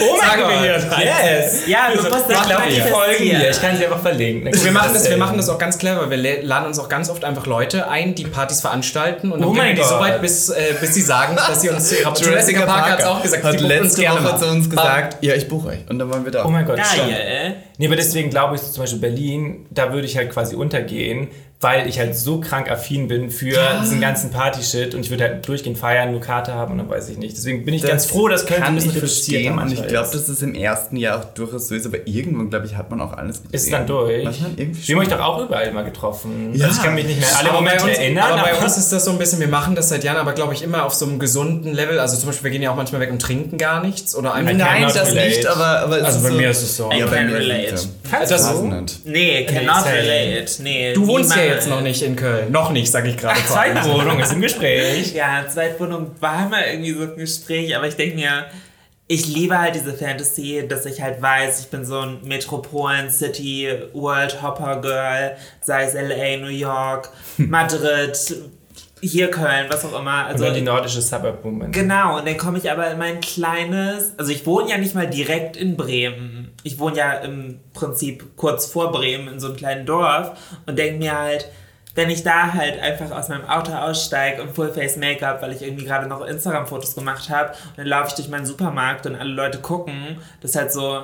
Oh mein
Sagen
Gott.
wir hier drei.
yes.
Ja, du musst das
Ich glaube, die
manifestieren.
folgen dir. Ich kann sie einfach verlinken. Äh,
Wir machen, das, wir machen das auch ganz clever. Wir lä- laden uns auch ganz oft einfach Leute ein, die Partys veranstalten und dann
Oh
bringen wir
mein
die so
Gott.
weit, bis, äh, bis sie sagen, dass sie uns zu ihrer Jurassic Park hat's auch gesagt,
hat
die bucht uns
letzte
gerne
Woche
mal. Ah.
zu uns gesagt, ja, ich buche euch. Und dann waren wir da.
Oh mein Gott, stimmt.
Geil.
Nee, aber deswegen glaube ich so zum Beispiel Berlin, da würde ich halt quasi untergehen, weil ich halt so krank affin bin für diesen ganzen Party-Shit und ich würde halt durchgehend feiern, nur Karte haben und dann weiß ich nicht. Deswegen bin ich ganz froh, dass Köln so ein
kann
bisschen
ich
reduzierter
verstehen und ich
manchmal
glaube,
ist.
dass es im ersten Jahr auch durchaus so ist, aber irgendwann, glaube ich, hat man auch alles gesehen.
ist es dann durch.
Manchmal irgendwie
Wir haben
schon.
euch doch auch überall mal getroffen.
Ja.
Also ich kann mich nicht mehr an alle
aber bei
Momente
uns,
erinnern.
aber bei uns
[LAUGHS]
ist das so ein bisschen, wir machen das seit Jahren, aber glaube ich immer auf so einem gesunden Level. Also zum Beispiel, wir gehen ja auch manchmal weg und trinken gar nichts oder einfach
Nein,
cannot
das
relate.
nicht, aber, aber es
Also
ist
bei
so,
mir ist es so.
Ja,
I
bei
can
mir
relate.
ist es so.
Kannst
das-
Weiß
du?
nicht.
Nee, cannot
Nee,
relate. Nee,
Du wohnst ja jetzt noch
nicht.
nicht in Köln. Noch nicht, sage ich gerade. vor allem.
Zweitwohnung ist im Gespräch.
Ja, Zweitwohnung war mal irgendwie so ein Gespräch, aber ich denke mir, ich liebe halt diese Fantasy, dass ich halt weiß, ich bin so ein Metropolen-City-World-Hopper-Girl, sei es L.A., New York, Madrid, hier Köln, was auch immer.
Also
Also
die nordische Suburb-Moment.
Genau, und dann komme ich aber in mein kleines, also ich wohne ja nicht mal direkt in Bremen. Ich wohne ja im Prinzip kurz vor Bremen in so einem kleinen Dorf und denke mir halt, wenn ich da halt einfach aus meinem Auto aussteige und Fullface-Make-up, weil ich irgendwie gerade noch Instagram-Fotos gemacht habe, und dann laufe ich durch meinen Supermarkt und alle Leute gucken, das ist halt so,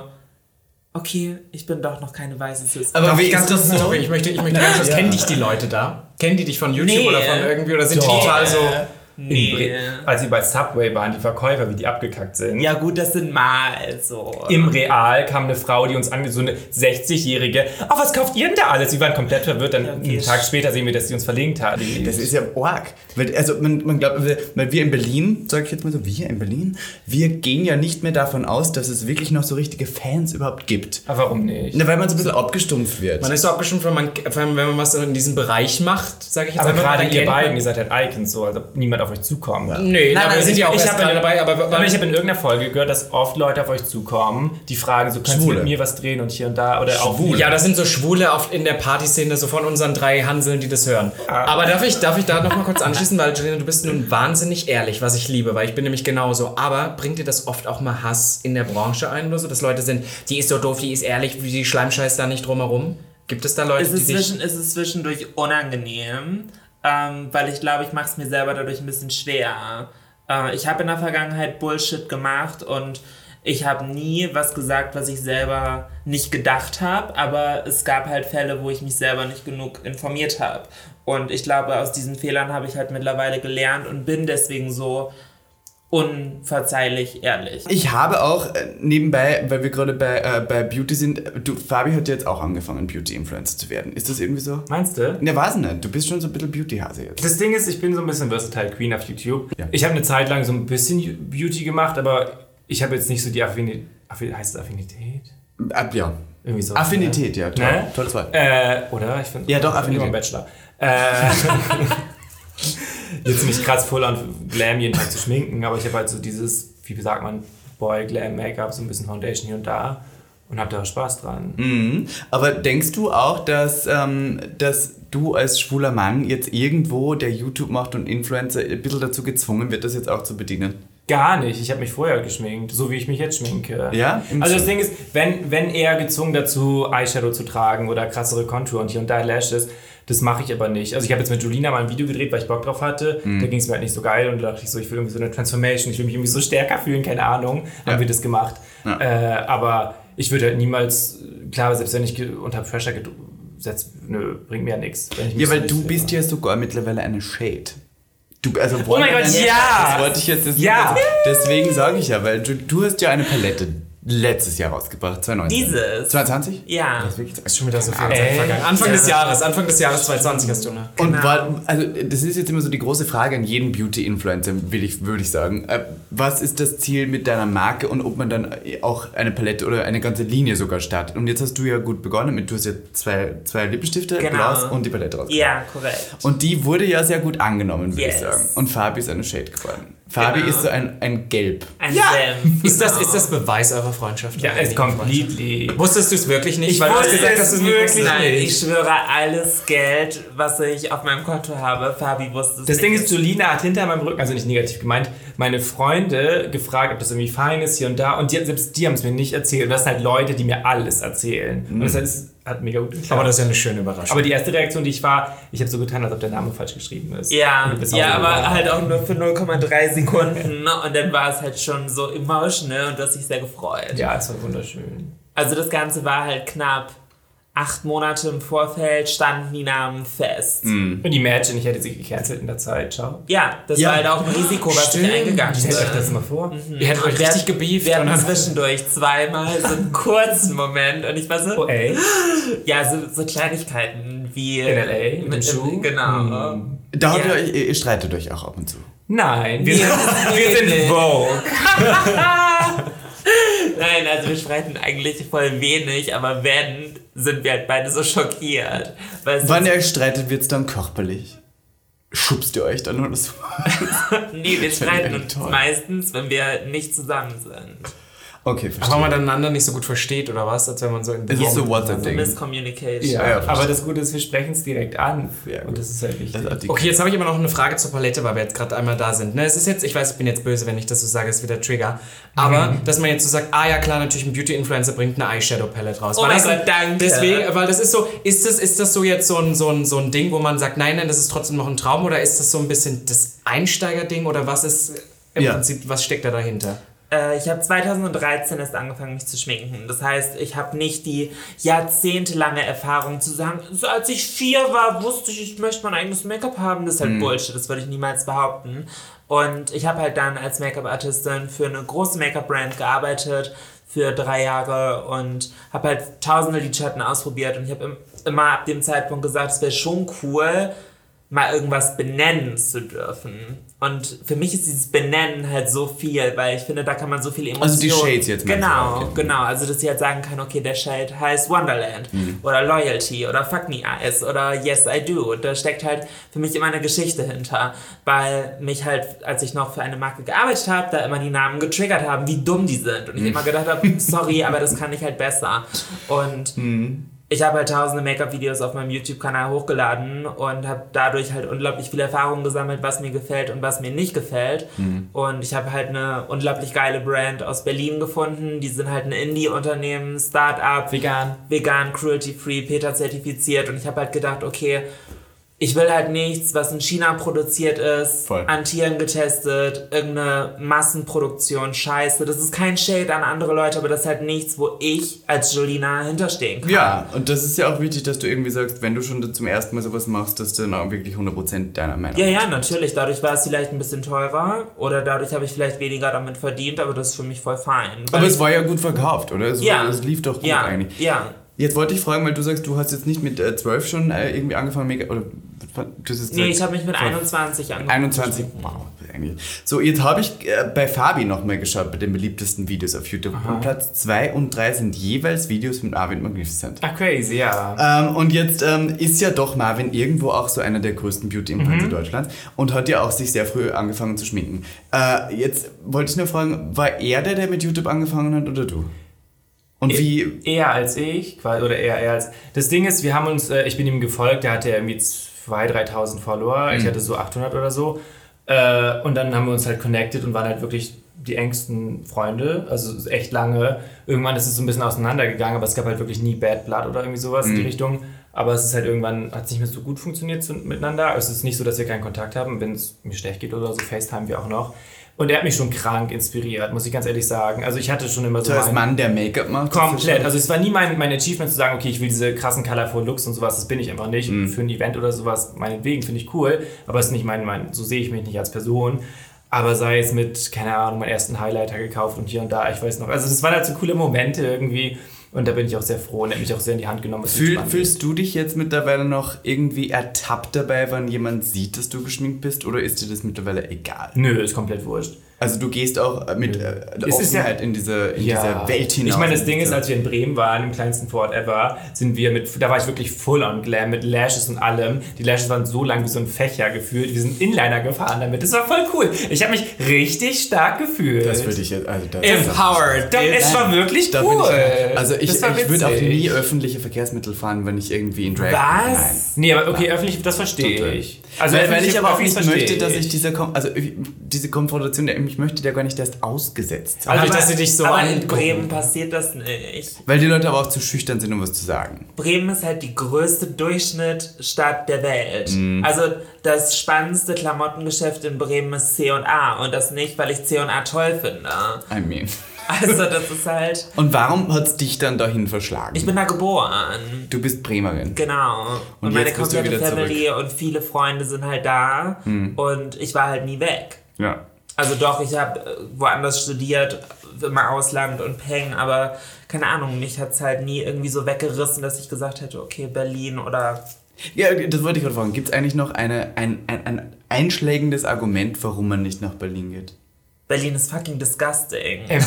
okay, ich bin doch noch keine weiße Sister.
Aber
Darf
wie
ich ganz
ist das
kurz,
so?
sorry, ich möchte, ich möchte ganz kurz,
Ja.
kennen dich die Leute da? Kennen die dich von YouTube
Nee.
oder von irgendwie, oder sind die
Doch.
total so,
In Bre- Als sie bei Subway waren, die Verkäufer, wie die abgekackt sind.
Ja gut, das sind mal so.
Im Real kam eine Frau, die uns ange- so eine 60-Jährige. Oh, was kauft ihr denn da alles? Wir waren komplett verwirrt. Dann einen Tag später sehen wir, dass sie uns verlinkt hat.
Das ist ja arg. Weil, also man, man glaubt, wir- weil wir in Berlin, sag ich jetzt mal so, wir in Berlin, wir gehen ja nicht mehr davon aus, dass es wirklich noch so richtige Fans überhaupt gibt.
Aber warum nicht?
Na, weil man so ein bisschen abgestumpft wird.
man ist so abgestimmt, wenn man, vor allem, wenn man was in diesem Bereich macht, sage ich jetzt
aber
einfach mal,
gerade
dann
ihr
kennt man-
beiden, ihr seid halt Icons, so, also niemand auf euch zukommt.
Nee,
Nein,
aber
nein,
wir sind
ich-
ja auch
ich
erst
hab
gerade
in-
dabei, aber,
Aber ich habe in irgendeiner Folge gehört, dass oft Leute auf euch zukommen, die fragen, so kannst
Schwule.
du mit mir was drehen und hier und da oder auch
Schwule.
ja, das sind so Schwule auf, in der Partyszene, so von unseren drei Hanseln, die das hören. Aber darf ich, darf ich da nochmal kurz anschließen, weil Jelena, du bist nun wahnsinnig ehrlich, was ich liebe, weil ich bin nämlich genauso. Aber bringt dir das oft auch mal Hass in der Branche ein oder so, dass Leute sind, die ist so doof, die ist ehrlich, die schleimscheißt da nicht drumherum? Gibt es da Leute,
Es ist,
die dich...
zwischen, es ist zwischendurch unangenehm, ähm, weil ich glaube, ich mache es mir selber dadurch ein bisschen schwer. Äh, ich habe in der Vergangenheit Bullshit gemacht und Ich habe nie was gesagt, was ich selber nicht gedacht habe, aber es gab halt Fälle, wo ich mich selber nicht genug informiert habe. Und ich glaube, aus diesen Fehlern habe ich halt mittlerweile gelernt und bin deswegen so unverzeihlich ehrlich.
Ich habe auch äh, nebenbei, weil wir gerade bei, äh, bei Beauty sind, du, Fabi hat jetzt auch angefangen, Beauty-Influencer zu werden. Ist das irgendwie so?
Meinst du?
Ne, weiß nicht. Du bist schon so ein bisschen Beauty-Hase jetzt.
Das Ding ist, ich bin so ein bisschen Versatile Queen auf YouTube.
Ja.
Ich habe eine Zeit lang so ein bisschen Beauty gemacht, aber ich habe jetzt nicht so die Affinität. Affi heißt es Affinität?
Ab, ja.
Irgendwie so.
Affinität, ja. Toll.
Ne?
Tolles Wort.
Äh, oder? Ich find,
Ja, doch,
ich bin immer
Affinität.
ein Bachelor. Äh, [LAUGHS] jetzt nicht krass voll an Glam jeden Tag zu schminken, aber ich habe halt so dieses, wie sagt man, Boy Glam Make-up, so ein bisschen Foundation hier und da und habe da auch Spaß dran.
Mhm. Aber denkst du auch, dass, ähm, dass du als schwuler Mann jetzt irgendwo, der YouTube macht und Influencer, ein bisschen dazu gezwungen wird, das jetzt auch zu bedienen?
Gar nicht. Ich habe mich vorher geschminkt, so wie ich mich jetzt schminke.
Ja? Im
Also das
Sinn.
Ding ist, wenn, wenn eher gezwungen dazu, Eyeshadow zu tragen oder krassere Kontur und hier und da Lashes, das mache ich aber nicht. Also ich habe jetzt mit Julina mal ein Video gedreht, weil ich Bock drauf hatte.
Mhm.
Da ging es mir halt nicht so geil und da dachte ich so, ich will irgendwie so eine Transformation, ich will mich irgendwie so stärker fühlen, keine Ahnung.
Ja.
Haben wir das gemacht. Äh, aber ich würde halt niemals, klar, selbst wenn ich ge- unter Pressure gesetzt, nö, bringt mir ja nichts. wenn ich mich
Ja,
so
weil
nicht
du
sehe.
bist ja sogar mittlerweile eine Shade. Du, also
Oh mein Gott, ja!
Das wollte ich jetzt. Das,
Ja!
Deswegen sage ich ja, weil du, du hast ja eine Palette letztes Jahr rausgebracht, 2019.
Dieses.
22?
Ja.
Das ist wirklich-
Ist schon wieder so viel
Ey.
Zeit vergangen. Anfang
Äh.
des
Ja.
Jahres, Anfang des Jahres 2020 hast du, ne?
Und war, also das ist jetzt immer so die große Frage an jeden Beauty-Influencer, will ich, würde ich sagen. Äh, Was ist das Ziel mit deiner Marke und ob man dann auch eine Palette oder eine ganze Linie sogar startet? Und jetzt hast du ja gut begonnen mit, du hast ja zwei, zwei Lippenstifte,
Genau.
Glas und die Palette rausgebracht.
Ja, korrekt.
Und die wurde ja sehr gut angenommen, würde ich
Yes.
sagen. Und Fabi ist eine Shade geworden. Fabi
Genau.
ist so ein, ein Gelb.
Ein Senf.
Ist das, ist das Beweis eurer Freundschaft?
Ja,
Eurer
es
ewigen Freundschaft?
completely.
Wusstest du es wirklich nicht?
Ich
du hast
wusste
gesagt,
es
dass du nie
wirklich
wusstest.
Nein,
nicht.
ich schwöre, alles Geld, was ich auf meinem Konto habe, Fabi wusste es
Das
nicht.
Ding ist, Julina hat hinter meinem Rücken, also nicht negativ gemeint, meine Freunde gefragt, ob das irgendwie fein ist hier und da. Und die, selbst die haben es mir nicht erzählt. Und das sind halt Leute, die mir alles erzählen. Und das hat, das hat mega gut geklappt.
Aber
Aber,
das ist ja eine schöne Überraschung.
die erste Reaktion, die ich war, ich habe so getan, als ob der Name falsch geschrieben ist. Und
Ja,
du bist auch
ja,
so
aber
geworden.
halt auch nur für 0,3 Sekunden. Ne? Und dann war es halt schon so emotional und du hast dich sehr gefreut.
Ja, es war wunderschön.
Also das Ganze war halt knapp acht Monate im Vorfeld, standen die Namen fest.
Und imagine, ich hätte sie gecancelt in der Zeit. Ciao.
Ja, das
Ja.
war halt auch ein Risiko, was ich eingegangen
Stellt euch das
bin.
mal vor.
Ihr hättet euch
Wir
richtig
hatten-
gebieft.
Wir
und
hatten
dann-
zwischendurch zweimal so einen kurzen Moment und ich war so,
Oh, ey.
ja, so, so Kleinigkeiten wie... äh,
In LA, mit dem Schuh?
Genau.
Da habt ihr
Ja.
euch, ihr, ihr streitet euch auch ab und zu.
Nein, wir sind, wir
nicht.
sind Vogue.
[LAUGHS] Nein, also wir streiten eigentlich voll wenig, aber wenn, sind wir halt beide so schockiert. Weil es
Wann ihr euch streitet, wird es dann körperlich. Schubst ihr euch dann oder so? [LAUGHS]
nee,
fände
wir
ich
streiten uns
eigentlich toll.
meistens, wenn wir nicht zusammen sind.
Okay, verstehe.
Weil man dann einander nicht so gut versteht oder was, als wenn man so in
es ist so WhatsApp-Ding.
Miscommunication.
Ja, ja,
aber das Gute ist, wir sprechen es direkt an.
Ja, gut.
und das ist halt wichtig.
Das hat die-
Okay, jetzt habe ich aber noch eine Frage zur Palette, weil wir jetzt gerade einmal da sind. Ne, es ist jetzt, ich weiß, ich bin jetzt böse, wenn ich das so sage, ist wieder Trigger. Aber dass man jetzt so sagt, ah ja klar, natürlich ein Beauty-Influencer bringt eine Eyeshadow-Palette raus.
Oh
Weil
mein
das-
Gott, danke.
Deswegen, weil das ist so, ist das, ist das so jetzt so ein, so, ein, so ein Ding, wo man sagt, nein, nein, das ist trotzdem noch ein Traum oder ist das so ein bisschen das Einsteiger-Ding oder was ist im
Ja.
Prinzip, was steckt da dahinter?
Äh, ich habe 2013 erst angefangen, mich zu schminken. Das heißt, ich habe nicht die jahrzehntelange Erfahrung zu sagen, so als ich vier war, wusste ich, ich möchte mein eigenes Make-up haben. Das ist halt Bullshit, das würde ich niemals behaupten. Und ich habe halt dann als Make-up-Artistin für eine große Make-up-Brand gearbeitet für drei Jahre und habe halt tausende Lidschatten ausprobiert und ich habe im, immer ab dem Zeitpunkt gesagt, es wäre schon cool, mal irgendwas benennen zu dürfen. Und für mich ist dieses Benennen halt so viel, weil ich finde, da kann man so viele Emotionen.
Also die Shades jetzt meinst du,
Genau,
okay.
genau. Also dass ich halt sagen kann, okay, der Shade heißt Wonderland
Mhm.
oder Loyalty oder Fuck Me Eyes oder Yes I Do. Und da steckt halt für mich immer eine Geschichte hinter, weil mich halt, als ich noch für eine Marke gearbeitet habe, da immer die Namen getriggert haben, wie dumm die sind.
Mhm.
Und ich immer
[LAUGHS]
gedacht habe, sorry, aber das kann ich halt besser.
Mhm.
Und ich habe halt tausende Make-up-Videos auf meinem YouTube-Kanal hochgeladen und habe dadurch halt unglaublich viel Erfahrung gesammelt, was mir gefällt und was mir nicht gefällt. Und ich habe halt eine unglaublich geile Brand aus Berlin gefunden. Die sind halt ein Indie-Unternehmen, Start-up,
Vegan.
vegan, cruelty-free, PETA-zertifiziert. Und ich habe halt gedacht, okay, ich will halt nichts, was in China produziert ist,
Voll.
an Tieren getestet, irgendeine Massenproduktion, Scheiße. Das ist kein Shade an andere Leute, aber das ist halt nichts, wo ich als Jolina hinterstehen kann.
Ja, und das ist ja auch wichtig, dass du irgendwie sagst, wenn du schon zum ersten Mal sowas machst, dass du dann auch wirklich 100% deiner Meinung
Ja, ja, natürlich. Dadurch war es vielleicht ein bisschen teurer oder dadurch habe ich vielleicht weniger damit verdient, aber das ist für mich voll fein. Weil
Aber es war ja gut verkauft, oder? Es,
Ja.
es lief doch gut
ja,
eigentlich.
ja.
Jetzt wollte ich fragen, weil du sagst, du hast jetzt nicht mit äh, 12 schon äh, irgendwie angefangen, mega, oder du hast jetzt
Nee,
gesagt,
ich habe mich mit
voll-
21 angefangen.
21. Wow, eigentlich. So, jetzt habe ich äh, bei Fabi nochmal geschaut, bei den beliebtesten Videos auf YouTube. Und Platz 2 und 3 sind jeweils Videos mit Marvin Magnificent.
Ach, crazy, ja.
Ähm, und jetzt ähm, ist ja doch Marvin irgendwo auch so einer der größten Beauty-Impulse Deutschlands und hat ja auch sich sehr früh angefangen zu schminken. Äh, jetzt wollte ich nur fragen, war er der, der mit YouTube angefangen hat oder du? Und wie,
Eher als ich, qua- oder eher er als. Das Ding ist, wir haben uns, äh, ich bin ihm gefolgt, der hatte irgendwie 2.000, 3.000 Follower, ich hatte so 800 oder so. Äh, und dann haben wir uns halt connected und waren halt wirklich die engsten Freunde, also echt lange. Irgendwann ist es so ein bisschen auseinandergegangen, aber es gab halt wirklich nie Bad Blood oder irgendwie sowas in die Richtung. Aber es ist halt irgendwann, hat es nicht mehr so gut funktioniert zu, miteinander. Es ist nicht so, dass wir keinen Kontakt haben. Wenn es mir schlecht geht oder so, FaceTime wir auch noch. Und er hat mich schon krank inspiriert, muss ich ganz ehrlich sagen. Also ich hatte schon immer so
du als Mann,
meinen-
der Make-up macht?
Komplett. Also es war nie mein, mein Achievement zu sagen, okay, ich will diese krassen Colorful Looks und sowas, das bin ich einfach nicht.
Mhm.
Für ein Event oder sowas, meinetwegen finde ich cool, aber es ist nicht mein, mein, so sehe ich mich nicht als Person. Aber sei es mit, keine Ahnung, meinen ersten Highlighter gekauft und hier und da, ich weiß noch. Also das waren halt so coole Momente irgendwie und da bin ich auch sehr froh und er hat mich auch sehr in die Hand genommen. was
Fühl,
YouTube angeht.
fühlst du dich jetzt mittlerweile noch irgendwie ertappt dabei, wenn jemand sieht, dass du geschminkt bist oder ist dir das mittlerweile egal?
Nö, ist komplett wurscht.
Also du gehst auch äh, mit äh,
Es ist ja-
Offenheit in diese, in diese Welt hinaus.
Ich meine, das
in
Ding ist,
diese-
als wir in Bremen waren, im kleinsten Vorort ever, sind wir mit, da war ich wirklich full on glam mit Lashes und allem. Die Lashes waren so lang wie so ein Fächer gefühlt. Wir sind Inliner gefahren damit. Das war voll cool. Ich habe mich richtig stark gefühlt.
Das würde ich jetzt... Also das
Empowered. Das, es war wirklich
Da bin
cool.
ich, also ich,
Das war
ich würde auch
witzig.
nie öffentliche Verkehrsmittel fahren, wenn ich irgendwie in Drag Nein.
Was? Nee, aber okay, öffentlich, das verstehe ich.
Also weil, weil
öffentlich-
ich aber auch
öffentlich
nicht möchte,
verstehe
dass ich dieser Kom also ich- diese Konfrontation, der- ich möchte der gar nicht erst ausgesetzt
Also
sein.
Dadurch, dass sie dich so
aber in
angucken.
Bremen passiert das nicht.
Weil die Leute aber auch zu schüchtern sind, um was zu sagen.
Bremen ist halt die größte Durchschnittstadt der Welt.
Mhm.
Also das spannendste Klamottengeschäft in Bremen ist C&A und das nicht, weil ich C&A toll
[LAUGHS]
finde.
I mean.
Also das ist halt,
Und warum hat's dich dann dahin verschlagen?
ich bin da geboren.
du bist Bremerin.
Genau. Und,
Und
meine
jetzt bist du
komplette
wieder zurück. Hm.
Family und viele Freunde sind halt da und ich war halt nie weg.
Ja.
Also doch, ich habe woanders studiert, im Ausland und Peng, aber keine Ahnung, mich hat's halt nie irgendwie so weggerissen, dass ich gesagt hätte, okay, Berlin oder
Ja, das wollte ich gerade fragen. Gibt's eigentlich noch eine, ein, ein, ein einschlägendes Argument, warum man nicht nach Berlin geht?
Berlin ist fucking disgusting.
Ähm,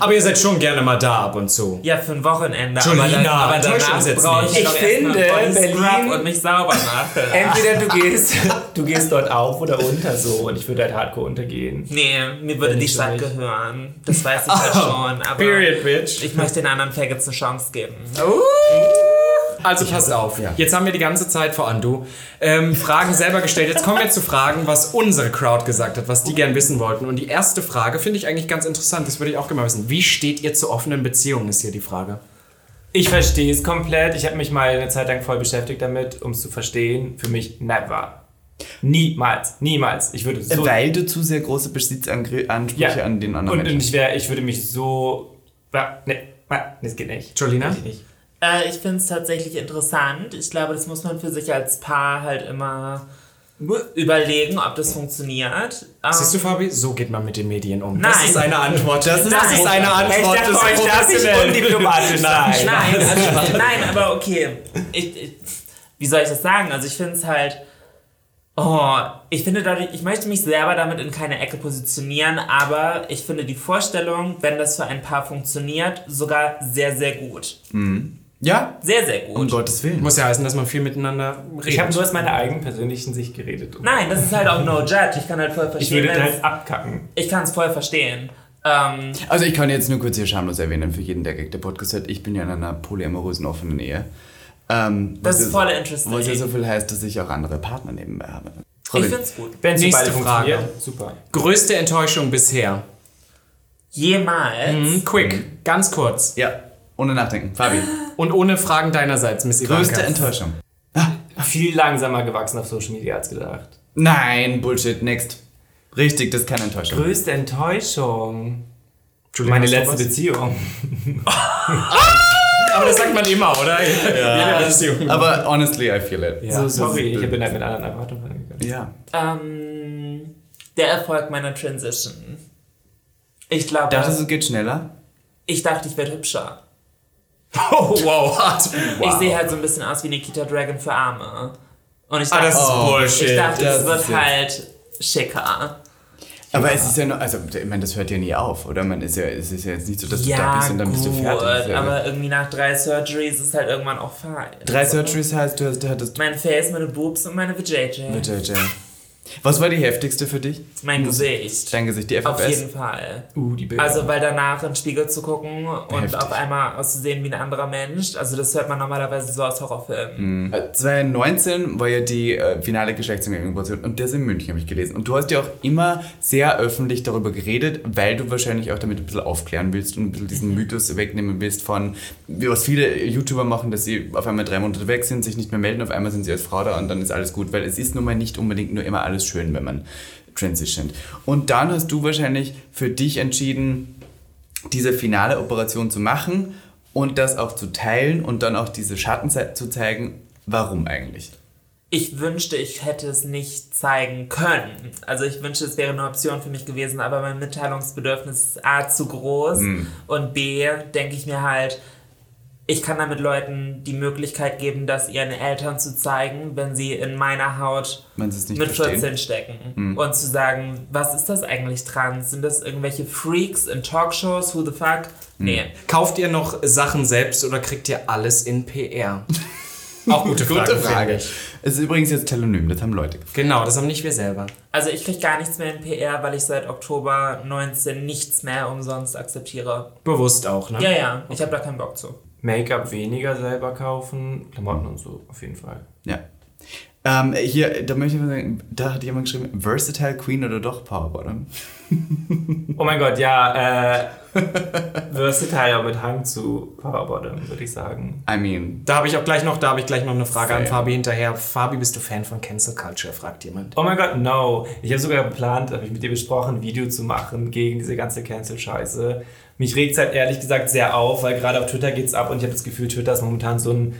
Aber ihr seid schon gerne mal da ab und zu.
Ja, für ein Wochenende.
Jolina,
aber dann, aber
enttäusch
danach
uns jetzt
brauche
nicht.
ich, doch
Ich
erstmal
finde,
einen vollen Scrub
Berlin-
und mich sauber
[LAUGHS] Äh,
machen.
Entweder du gehst, [LAUGHS] du gehst dort auf oder unter so und ich würde halt hardcore untergehen.
Nee, mir würde
Wenn
die
ich
Stadt
nicht.
gehören. Das weiß ich ja schon. Aber
Oh, Period, bitch.
ich möchte den anderen Faggots eine Chance geben.
Also passt auf. Jetzt haben wir die ganze Zeit vor Andu ähm, Fragen selber gestellt. Jetzt kommen wir zu Fragen, was unsere Crowd gesagt hat, was die gern wissen wollten. Und die erste Frage finde ich eigentlich ganz interessant. Das würde ich auch gerne mal wissen. Wie steht ihr zu offenen Beziehungen, ist hier die Frage.
Ich verstehe es komplett. Ich habe mich mal eine Zeit lang voll beschäftigt damit, um es zu verstehen. Für mich never. Niemals. Niemals. Ich würde so.
Äh, Weil du zu sehr große Besitzansprüche an den anderen
und, und
Menschen
ich wäre, ich würde mich so. Ja, Nee, ah, nee, das geht nicht.
Jolina?
Geht nicht.
Äh, ich finde es tatsächlich interessant. Ich glaube, das muss man für sich als Paar halt immer überlegen, ob das funktioniert. Ähm,
Siehst du, Fabi, so geht man mit den Medien um. Das
Nein.
ist eine Antwort. Das ist, das
Nein.
ist eine Antwort.
dachte euch, das ist undiplomatisch. Nein.
Nein, also, nein, aber okay. Ich, ich, wie soll ich das sagen? Also ich finde es halt. Oh, ich finde dadurch, ich möchte mich selber damit in keine Ecke positionieren, aber ich finde die Vorstellung, wenn das für ein Paar funktioniert, sogar sehr, sehr gut.
Ja,
Sehr, sehr
um
gut.
Gottes Willen.
Muss ja heißen, dass man viel miteinander redet.
Ich habe nur aus meiner eigenen persönlichen Sicht geredet. Und
Nein, das ist halt auch no judge. Ich kann halt voll
ich
verstehen.
würde
wenn's-
halt abkacken.
ich kann es voll verstehen. Ähm,
Also ich kann jetzt nur kurz hier schamlos erwähnen, für jeden, der Gag der Podcast hört, ich bin ja in einer polyamorösen offenen Ehe. Ähm,
Das
was
ist
ja-
voll interesting.
Was ja so viel heißt, dass ich auch andere Partner nebenbei habe.
ich
Robin,
finde es gut.
Wenn sie
Nächste
beide
Frage.
funktionieren, super.
Größte Enttäuschung bisher.
Jemals.
Hm, Quick, ganz kurz.
Ja, ohne nachdenken. Fabi,
Ah.
Und ohne Fragen deinerseits, Miss Ivanka.
größte Enttäuschung.
viel langsamer gewachsen auf Social Media als gedacht.
Nein, Bullshit, next. Richtig, das kann enttäuschen.
Größte Enttäuschung.
Entschuldigung,
Meine
hast du
letzte
was?
Beziehung.
Aber das sagt man immer, oder? Ja.
Aber honestly, I feel it.
So, [LAUGHS]
das
sorry,
ist-
ich bin da mit anderen Erwartungen reingegangen.
Ja.
Ähm, der Erfolg meiner Transition. Ich glaube,
Dachtest du, es geht schneller?
ich dachte, ich werde hübscher.
Oh, wow, hart.
Ich sehe halt so ein bisschen aus wie Nikita Dragon für Arme. Und ich
Ah,
dachte,
das ist
Oh,
Bullshit.
ich dachte
das
es
ist
wird
jetzt-
halt schicker.
Aber es ist ja nur, also ich meine, das hört ja nie auf, oder? Man ist ja, es ist ja jetzt nicht so, dass du da
Ja,
bist und dann bist du fertig. Das ist
gut,
ja-
aber irgendwie nach drei Surgeries ist halt irgendwann auch fein.
Drei Surgeries heißt, du hast, hattest
Mein Face, meine Boobs und meine VJJ.
JJ. Was war die heftigste für dich?
Mein Gesicht.
Dein Gesicht, die
Auf
FFS?
jeden Fall.
Uh, die Bilder.
Also, weil danach in den Spiegel zu gucken und
Heftig.
auf einmal auszusehen wie ein anderer Mensch, also das hört man normalerweise so aus Horrorfilmen.
Äh, 2019 war ja die äh, finale Geschlechtsangelegenheit und das in München habe ich gelesen. Und du hast ja auch immer sehr öffentlich darüber geredet, weil du wahrscheinlich auch damit ein bisschen aufklären willst und ein bisschen diesen Mythos wegnehmen willst von, wie was viele YouTuber machen, dass sie auf einmal drei Monate weg sind, sich nicht mehr melden, auf einmal sind sie als Frau da und dann ist alles gut, weil es ist nun mal nicht unbedingt nur immer alles schön, wenn man transitioned. Und dann hast du wahrscheinlich für dich entschieden, diese finale Operation zu machen und das auch zu teilen und dann auch diese Schattenseite zu zeigen. Warum eigentlich?
Ich wünschte, ich hätte es nicht zeigen können. Also ich wünschte, es wäre eine Option für mich gewesen, aber mein Mitteilungsbedürfnis ist A zu groß
Hm.
und B denke ich mir halt, ich kann damit Leuten die Möglichkeit geben, das ihren Eltern zu zeigen, wenn sie in meiner Haut
Man es nicht
mit
verstehen. Hm.
14 stecken und zu sagen, was ist das eigentlich trans? Sind das irgendwelche Freaks in Talkshows? Who the fuck?
Hm.
Nee.
Kauft ihr noch Sachen selbst oder kriegt ihr alles
[LAUGHS]
in PR? Auch gute Frage.
Gute Frage.
finde ich.
Es ist übrigens jetzt telonym, das haben Leute gefragt.
Genau, das haben nicht wir selber.
Also ich kriege gar nichts mehr in PR, weil ich seit Oktober 19 nichts mehr umsonst akzeptiere.
Bewusst auch, ne?
Ja, ja, ich habe da keinen Bock zu.
Make-up weniger selber kaufen, Klamotten und so, auf jeden Fall.
Ja. Ähm, hier, da möchte ich mal sagen, da hat jemand geschrieben, Versatile Queen oder doch Powerbottom?
Oh mein Gott, ja, äh, versatile mit Hang zu Powerbottom, würde ich sagen.
I mean,
Da habe ich auch gleich noch, da habe ich gleich noch eine Frage an
Same.
Fabi hinterher. Fabi, bist du Fan von Cancel Culture? fragt jemand.
Oh mein Gott, no. Ich habe sogar geplant, habe ich mit dir besprochen, ein Video zu machen gegen diese ganze Cancel-Scheiße. Mich regt es halt ehrlich gesagt sehr auf, weil gerade auf Twitter geht's ab und ich habe das Gefühl, Twitter ist momentan so ein,